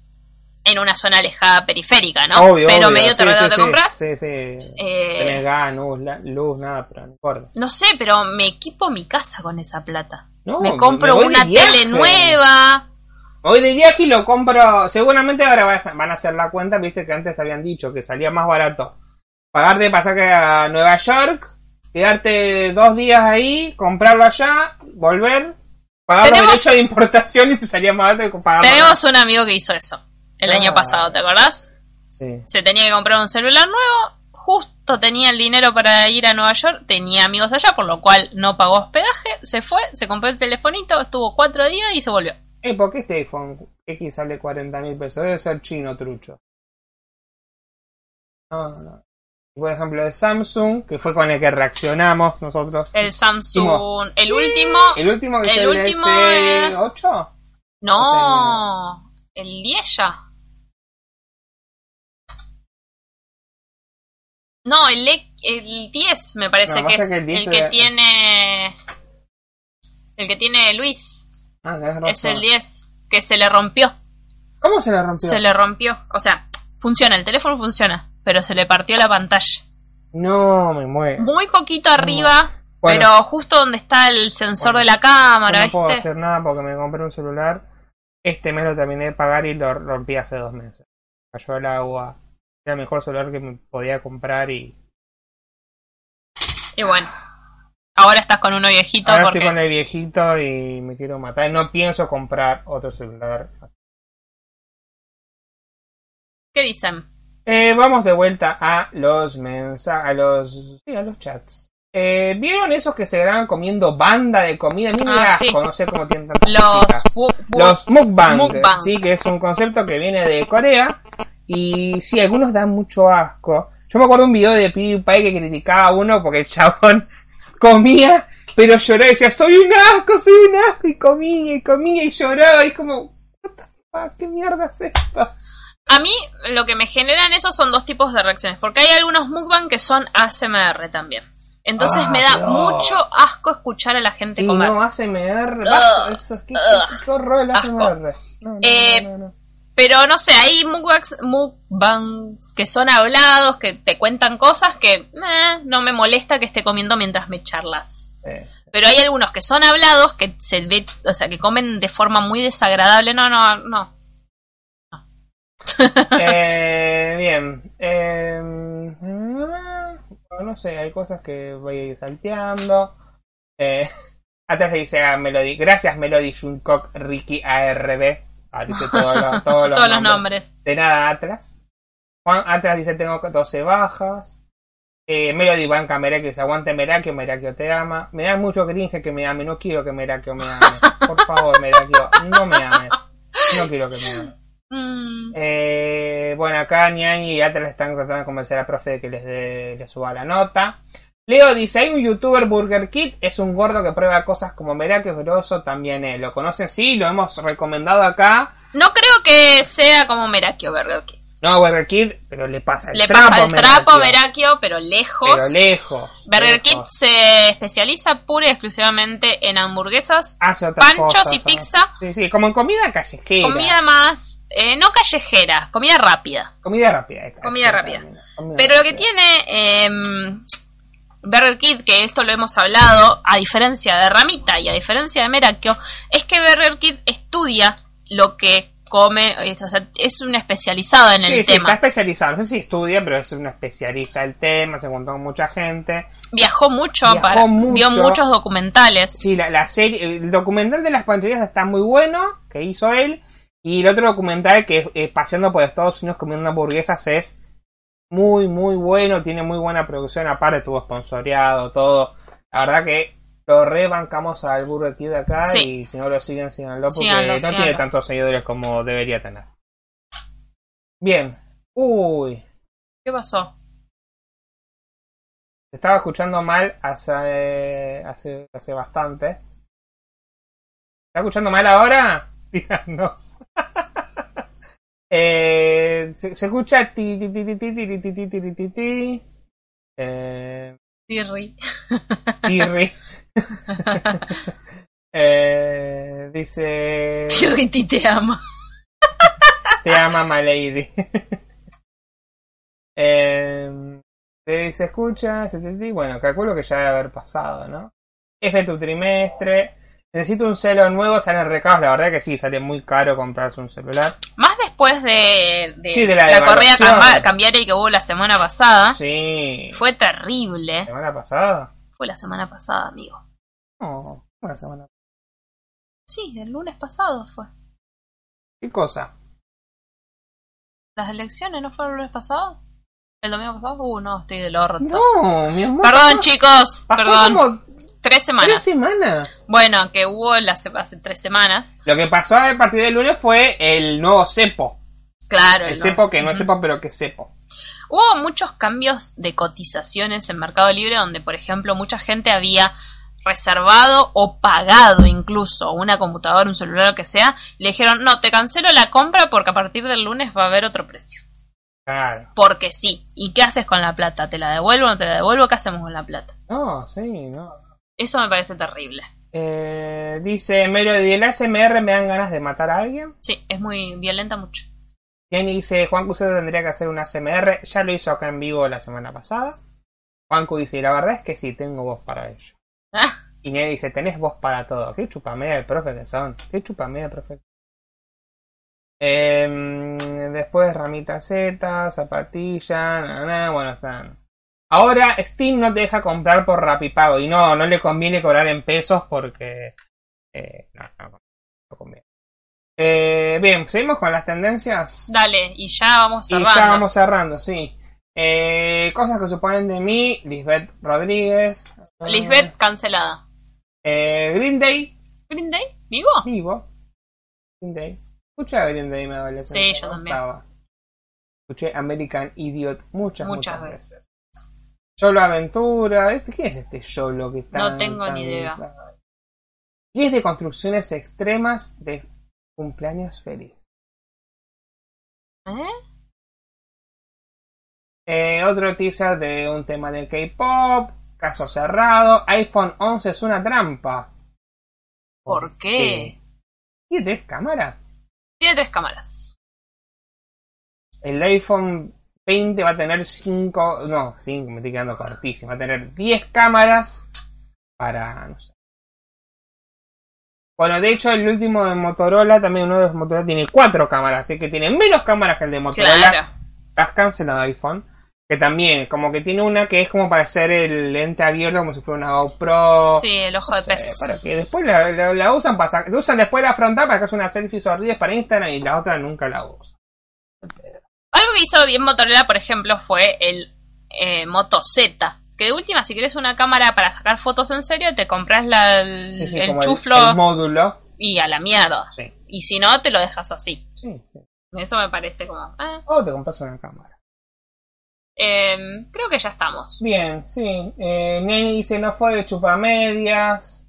Speaker 2: en una zona alejada periférica, ¿no?
Speaker 1: Obvio,
Speaker 2: pero
Speaker 1: obvio.
Speaker 2: medio
Speaker 1: Sí,
Speaker 2: terreno
Speaker 1: sí,
Speaker 2: te
Speaker 1: sí,
Speaker 2: compras.
Speaker 1: Sí, sí.
Speaker 2: eh,
Speaker 1: Tenés gas, luz, la- luz, nada, pero no importa.
Speaker 2: no sé, pero me equipo mi casa con esa plata.
Speaker 1: No,
Speaker 2: me compro
Speaker 1: Oh, voy de
Speaker 2: una
Speaker 1: viaje. Ah,
Speaker 2: tele nueva.
Speaker 1: Hoy de viaje y lo compro. Seguramente ahora vas a- van a hacer la cuenta, viste que antes te habían dicho que salía más barato. Pagarte de pasaje a Nueva York, quedarte dos días ahí, comprarlo allá, volver, pagar
Speaker 2: Tenemos-
Speaker 1: los derechos de importación y te salía más barato que pagarlo.
Speaker 2: Tenemos un amigo que hizo eso el año
Speaker 1: Ah.
Speaker 2: pasado, ¿te acordás?
Speaker 1: Sí.
Speaker 2: Se tenía que comprar un celular nuevo. Justo tenía el dinero para ir a Nueva York, tenía amigos allá, por lo cual no pagó hospedaje, se fue, se compró el telefonito, estuvo cuatro días y se volvió.
Speaker 1: Eh, ¿por qué este iPhone X sale 40 mil pesos? Debe ser chino trucho. No, no. Por ejemplo, el Samsung, que fue con el que reaccionamos nosotros.
Speaker 2: El Samsung, el último.
Speaker 1: El último que
Speaker 2: el
Speaker 1: es el
Speaker 2: último es-
Speaker 1: S8.
Speaker 2: No, el 10 ya. No, el, e- el 10 me parece
Speaker 1: No,
Speaker 2: que
Speaker 1: pasa
Speaker 2: es
Speaker 1: que el
Speaker 2: el,
Speaker 1: 10
Speaker 2: que
Speaker 1: era-
Speaker 2: tiene. El que tiene Luis.
Speaker 1: Ah, tenés
Speaker 2: Es
Speaker 1: razón.
Speaker 2: el 10. Que se le rompió.
Speaker 1: ¿Cómo se le rompió?
Speaker 2: Se le rompió. O sea, funciona, el teléfono funciona. Pero se le partió la pantalla.
Speaker 1: No, me muero.
Speaker 2: Muy poquito arriba.
Speaker 1: Bueno.
Speaker 2: pero justo donde está el sensor
Speaker 1: Bueno.
Speaker 2: de la cámara,
Speaker 1: Yo no puedo
Speaker 2: ¿viste?
Speaker 1: hacer nada porque me compré un celular. Este mes lo terminé de pagar y lo rompí hace dos meses. Cayó el agua. Era el mejor celular que me podía comprar y...
Speaker 2: Y bueno. Ahora estás con uno viejito
Speaker 1: Ahora
Speaker 2: porque.
Speaker 1: estoy con el viejito y me quiero matar. No pienso comprar otro celular.
Speaker 2: ¿Qué dicen?
Speaker 1: Eh, vamos de vuelta a los mensajes, a los, sí, a los chats. Eh, ¿Vieron esos que se graban comiendo banda de comida? Mira,
Speaker 2: Ah, sí.
Speaker 1: no sé cómo tienen tantas
Speaker 2: Los,
Speaker 1: cositas.
Speaker 2: bu- bu-
Speaker 1: Los mukbang,
Speaker 2: Mukbang.
Speaker 1: sí, que es un concepto que viene de Corea y sí, algunos dan mucho asco. Yo me acuerdo un video de PewDiePie que criticaba a uno porque el chabón (laughs) comía, pero lloraba y decía, soy un asco, soy un asco, y comía y comía y lloraba y es como, what the fuck, ¿qué mierda es esto?
Speaker 2: A mí lo que me generan eso son dos tipos de reacciones, porque hay algunos mukbang que son ASMR también. Entonces
Speaker 1: Ah,
Speaker 2: me da
Speaker 1: Dios.
Speaker 2: mucho asco escuchar a la gente
Speaker 1: Sí,
Speaker 2: comer.
Speaker 1: no, ASMR,
Speaker 2: Ugh,
Speaker 1: basta, eso, qué, qué- qué horror el
Speaker 2: asco.
Speaker 1: ASMR. No, no,
Speaker 2: Eh,
Speaker 1: no, no, no.
Speaker 2: Pero no sé, hay mukbangs, mukbangs que son hablados, que te cuentan cosas que meh, no me molesta que esté comiendo mientras me charlas.
Speaker 1: Eh,
Speaker 2: Pero hay algunos que son hablados que se ve, o sea, que comen de forma muy desagradable. No, no, no.
Speaker 1: eh, bien. Eh, mm, no sé, hay cosas que voy a ir salteando. Eh, (laughs) atrás dice a Melody. Gracias, Melody Juncock Ricky ARB. Ah, dice
Speaker 2: (laughs)
Speaker 1: todos los, todos los
Speaker 2: Todos los
Speaker 1: nombres.
Speaker 2: nombres.
Speaker 1: De nada, Atlas. Juan Atlas dice: Tengo 12 bajas. Eh, Melody Banca Merakio dice: Aguante Merakio, Merakio te ama. Me da mucho cringe que me ame. No quiero que Merakio me ame. Por favor, Merakio, no me ames. No quiero que me ames.
Speaker 2: Mm,
Speaker 1: Eh, bueno, acá Ñañi y Atlas están tratando de convencer al profe de que les, dé- les suba la nota. Leo dice, hay un youtuber Burger Kid, es un gordo que prueba cosas como verá que es grosso también él. ¿Lo conocen? Sí, lo hemos recomendado acá.
Speaker 2: No creo que sea como Merakio Burger King.
Speaker 1: No, Burger Kid, pero le pasa el
Speaker 2: Le
Speaker 1: trapo.
Speaker 2: pasa el trapo a
Speaker 1: Merakio.
Speaker 2: Merakio, pero lejos.
Speaker 1: Pero lejos.
Speaker 2: Burger King
Speaker 1: lejos.
Speaker 2: se especializa pura y exclusivamente en hamburguesas,
Speaker 1: Hace otras
Speaker 2: panchos
Speaker 1: Ah, cosas, ¿eh?
Speaker 2: y
Speaker 1: ¿no?
Speaker 2: pizza.
Speaker 1: Sí, sí, como en comida callejera.
Speaker 2: Comida más, eh, no callejera, comida rápida.
Speaker 1: Comida rápida. ahí está,
Speaker 2: Comida
Speaker 1: sí,
Speaker 2: rápida.
Speaker 1: también, comida
Speaker 2: Pero lo que
Speaker 1: rápida.
Speaker 2: tiene eh, Burger Kid, que esto lo hemos hablado, a diferencia de Ramita y a diferencia de Merakio, es que Burger Kid estudia lo que come, eh, o sea, es una especializada en
Speaker 1: sí,
Speaker 2: el
Speaker 1: sí, está
Speaker 2: tema.
Speaker 1: especializado. No sé si estudia, pero es una especialista del tema, se juntó con mucha gente.
Speaker 2: Viajó mucho,
Speaker 1: Viajó
Speaker 2: para, vio
Speaker 1: mucho.
Speaker 2: muchos documentales.
Speaker 1: Sí, la, la serie, el documental de las panterías está muy bueno, que hizo él. Y el otro documental que es eh, Paseando por Estados Unidos comiendo hamburguesas es muy, muy bueno. Tiene muy buena producción, aparte tuvo sponsoreado, todo. La verdad que lo rebancamos al Burger Kid acá
Speaker 2: Sí.
Speaker 1: y si no lo siguen, síganlo porque
Speaker 2: Síganlo,
Speaker 1: no
Speaker 2: síganlo.
Speaker 1: tiene tantos seguidores como debería tener. Bien. Uy,
Speaker 2: ¿Qué pasó?
Speaker 1: Te estaba escuchando mal hace, hace, hace bastante. ¿Te está escuchando mal ahora? (laughs) Díganos. (laughs) Eh, se, se escucha ti ti ti ti ti ti ti ti ti ti ti ti. Eh,
Speaker 2: Tirri.
Speaker 1: tirri. (laughs) Eh, dice
Speaker 2: (laughs) Tirri ti te ama.
Speaker 1: te ama my lady (laughs) eh, te- se escucha se te- te- bueno calculo que ya debe haber pasado no es de tu trimestre necesito un celo nuevo salen recados la verdad que sí sale muy caro comprarse un celular
Speaker 2: Más después de, de
Speaker 1: Sí, de la
Speaker 2: la, correa
Speaker 1: devaluación.
Speaker 2: camba- cambiaria que hubo la semana pasada.
Speaker 1: sí
Speaker 2: Ah. Fue terrible.
Speaker 1: semana pasada
Speaker 2: Fue la semana pasada, amigo.
Speaker 1: no una semana
Speaker 2: Sí, el lunes pasado fue.
Speaker 1: qué cosa
Speaker 2: ¿Las elecciones no fueron el lunes pasado? ¿El domingo pasado? Uh, no, estoy del orto.
Speaker 1: no mi amor
Speaker 2: Perdón, chicos.
Speaker 1: pasó
Speaker 2: Perdón.
Speaker 1: como
Speaker 2: Tres
Speaker 1: tres
Speaker 2: semanas.
Speaker 1: semanas
Speaker 2: Bueno, que hubo la se- hace tres semanas.
Speaker 1: lo que pasó a partir del lunes fue el nuevo cepo
Speaker 2: Claro.
Speaker 1: el
Speaker 2: no.
Speaker 1: cepo que no es
Speaker 2: Ujú.
Speaker 1: cepo pero que es cepo
Speaker 2: Hubo muchos cambios de cotizaciones en Mercado Libre donde, por ejemplo, mucha gente había reservado o pagado incluso una computadora, un celular, lo que sea, y le dijeron, no, te cancelo la compra porque a partir del lunes va a haber otro precio.
Speaker 1: claro
Speaker 2: Porque sí. ¿Y qué haces con la plata? ¿Te la devuelvo o no te la devuelvo? ¿Qué hacemos con la plata?
Speaker 1: No, sí, no.
Speaker 2: Eso me parece terrible.
Speaker 1: Eh, dice Melody, el ASMR me dan ganas de matar a alguien.
Speaker 2: Sí, es muy violenta mucho.
Speaker 1: Jenny dice, Juancu se tendría que hacer un ASMR, ya lo hizo acá en vivo la semana pasada. Juancu dice, la verdad es que sí, tengo voz para ello.
Speaker 2: Ah,
Speaker 1: Y Jenny dice, tenés voz para todo. Qué chupamea el profe que son. Qué chupamea el profe. Em, después Ramita Z, Zapatilla, na, na, bueno, están. Ahora Steam no te deja comprar por Rapipago. Y no, no le conviene cobrar en pesos porque... eh, no, no, no conviene. Eh, bien, seguimos con las tendencias.
Speaker 2: dale, y ya vamos
Speaker 1: Y
Speaker 2: cerrando.
Speaker 1: ya vamos cerrando, sí. Eh, cosas que suponen de mí, Lisbeth Rodríguez.
Speaker 2: Lisbeth cancelada.
Speaker 1: Eh, Green Day,
Speaker 2: ¿Green Day? ¿Vivo?
Speaker 1: vivo. Green Day. Escuché a Green Day en mi adolescencia.
Speaker 2: Sí, yo
Speaker 1: me
Speaker 2: también.
Speaker 1: gustaba. Escuché American Idiot muchas, muchas,
Speaker 2: Muchas
Speaker 1: veces. Yolo Aventura. ¿este- ¿Qué es este Yolo que está?
Speaker 2: No tengo ni idea.
Speaker 1: Y es de construcciones extremas de cumpleaños feliz.
Speaker 2: ¿Eh?
Speaker 1: Eh, otro teaser de un tema de K-pop. Caso cerrado. iPhone 11 es una trampa.
Speaker 2: ¿Por qué?
Speaker 1: ¿Y de cámara?
Speaker 2: Tiene tres cámaras.
Speaker 1: el iPhone 20 va a tener 5, no, 5, me estoy quedando cortísimo, va a tener 10 cámaras para, no sé. Bueno, de hecho el último de Motorola, también uno de los Motorola tiene 4 cámaras, así que tiene menos cámaras que el de Motorola.
Speaker 2: Claro.
Speaker 1: Las cancelado iPhone. Que también, como que tiene una que es como para hacer el lente abierto, como si fuera una GoPro.
Speaker 2: Sí, el ojo de
Speaker 1: No sé,
Speaker 2: pez.
Speaker 1: para que después la, la- la usan para sac- la usan después la frontal para que hagas una selfie sonríes para Instagram y la otra nunca la usa.
Speaker 2: Algo que hizo bien Motorola, por ejemplo, fue el eh, Moto Z. Que de última, si querés una cámara para sacar fotos en serio, te compras la- el,
Speaker 1: Sí, sí,
Speaker 2: el
Speaker 1: como
Speaker 2: chuflo
Speaker 1: el módulo.
Speaker 2: y a la mierda.
Speaker 1: Sí,
Speaker 2: Y si no, te lo dejas así.
Speaker 1: sí, sí.
Speaker 2: Eso me parece como... ah.
Speaker 1: O te compras una cámara.
Speaker 2: Em, creo que ya estamos.
Speaker 1: Bien, sí. Eh, Neni dice no fue de chupamedias.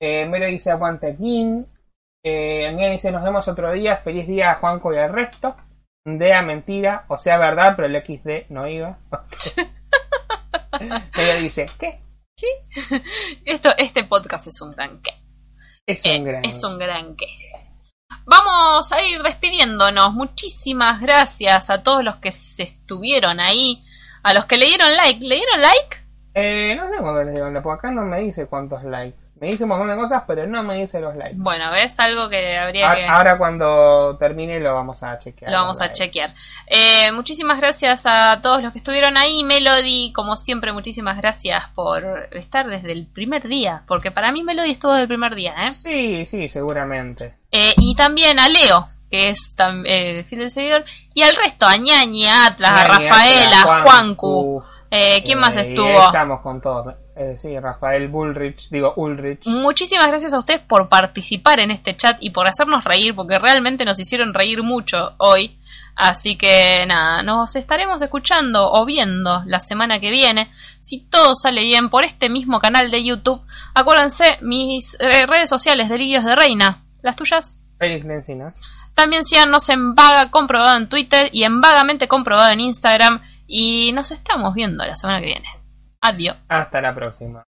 Speaker 1: Eh, Mero dice aguante King. Eh, Neni dice nos vemos otro día. Feliz día a Juanco y al resto. Dea mentira, o sea verdad, pero el XD no
Speaker 2: (laughs)
Speaker 1: iba. Ella dice, ¿qué?
Speaker 2: Esto, este podcast es un gran qué.
Speaker 1: Es
Speaker 2: Eh,
Speaker 1: un gran.
Speaker 2: Es un gran qué. Vamos a ir despidiéndonos. Muchísimas gracias a todos los que se estuvieron ahí. A los que le dieron like. ¿Le dieron like?
Speaker 1: Eh, no sé cuántos les dieron, porque acá no me dice cuántos likes. Me dice un montón de cosas, pero no me dice los likes.
Speaker 2: Bueno, ves algo que habría
Speaker 1: A-
Speaker 2: que...
Speaker 1: Ahora cuando termine lo vamos a chequear.
Speaker 2: Lo vamos
Speaker 1: los
Speaker 2: a
Speaker 1: likes.
Speaker 2: chequear. Eh, muchísimas gracias a todos los que estuvieron ahí. Melody, como siempre, muchísimas gracias por estar desde el primer día. Porque para mí Melody estuvo desde el primer día. ¿eh?
Speaker 1: Sí, sí, seguramente.
Speaker 2: Eh, y también a Leo, que es tam- eh, fiel del seguidor. Y al resto, a Ñañi, a Atlas, a
Speaker 1: Dani,
Speaker 2: Rafael, a
Speaker 1: Atlas,
Speaker 2: Juancu. Eh, ¿Quién más
Speaker 1: eh, y
Speaker 2: estuvo?
Speaker 1: Estamos con todos. Eh, sí, Rafael Bullrich, digo Ulrich.
Speaker 2: Muchísimas gracias a ustedes por participar en este chat y por hacernos reír, porque realmente nos hicieron reír mucho hoy. Así que nada, nos estaremos escuchando o viendo la semana que viene. Si todo sale bien por este mismo canal de YouTube, acuérdense mis eh, redes sociales de Lirios de Reina, las tuyas.
Speaker 1: Félix Lencinas.
Speaker 2: También síganos en Vaga Comprobado en Twitter y en Vagamente Comprobado en Instagram. Y nos estamos viendo la semana que viene. Adiós.
Speaker 1: Hasta la próxima.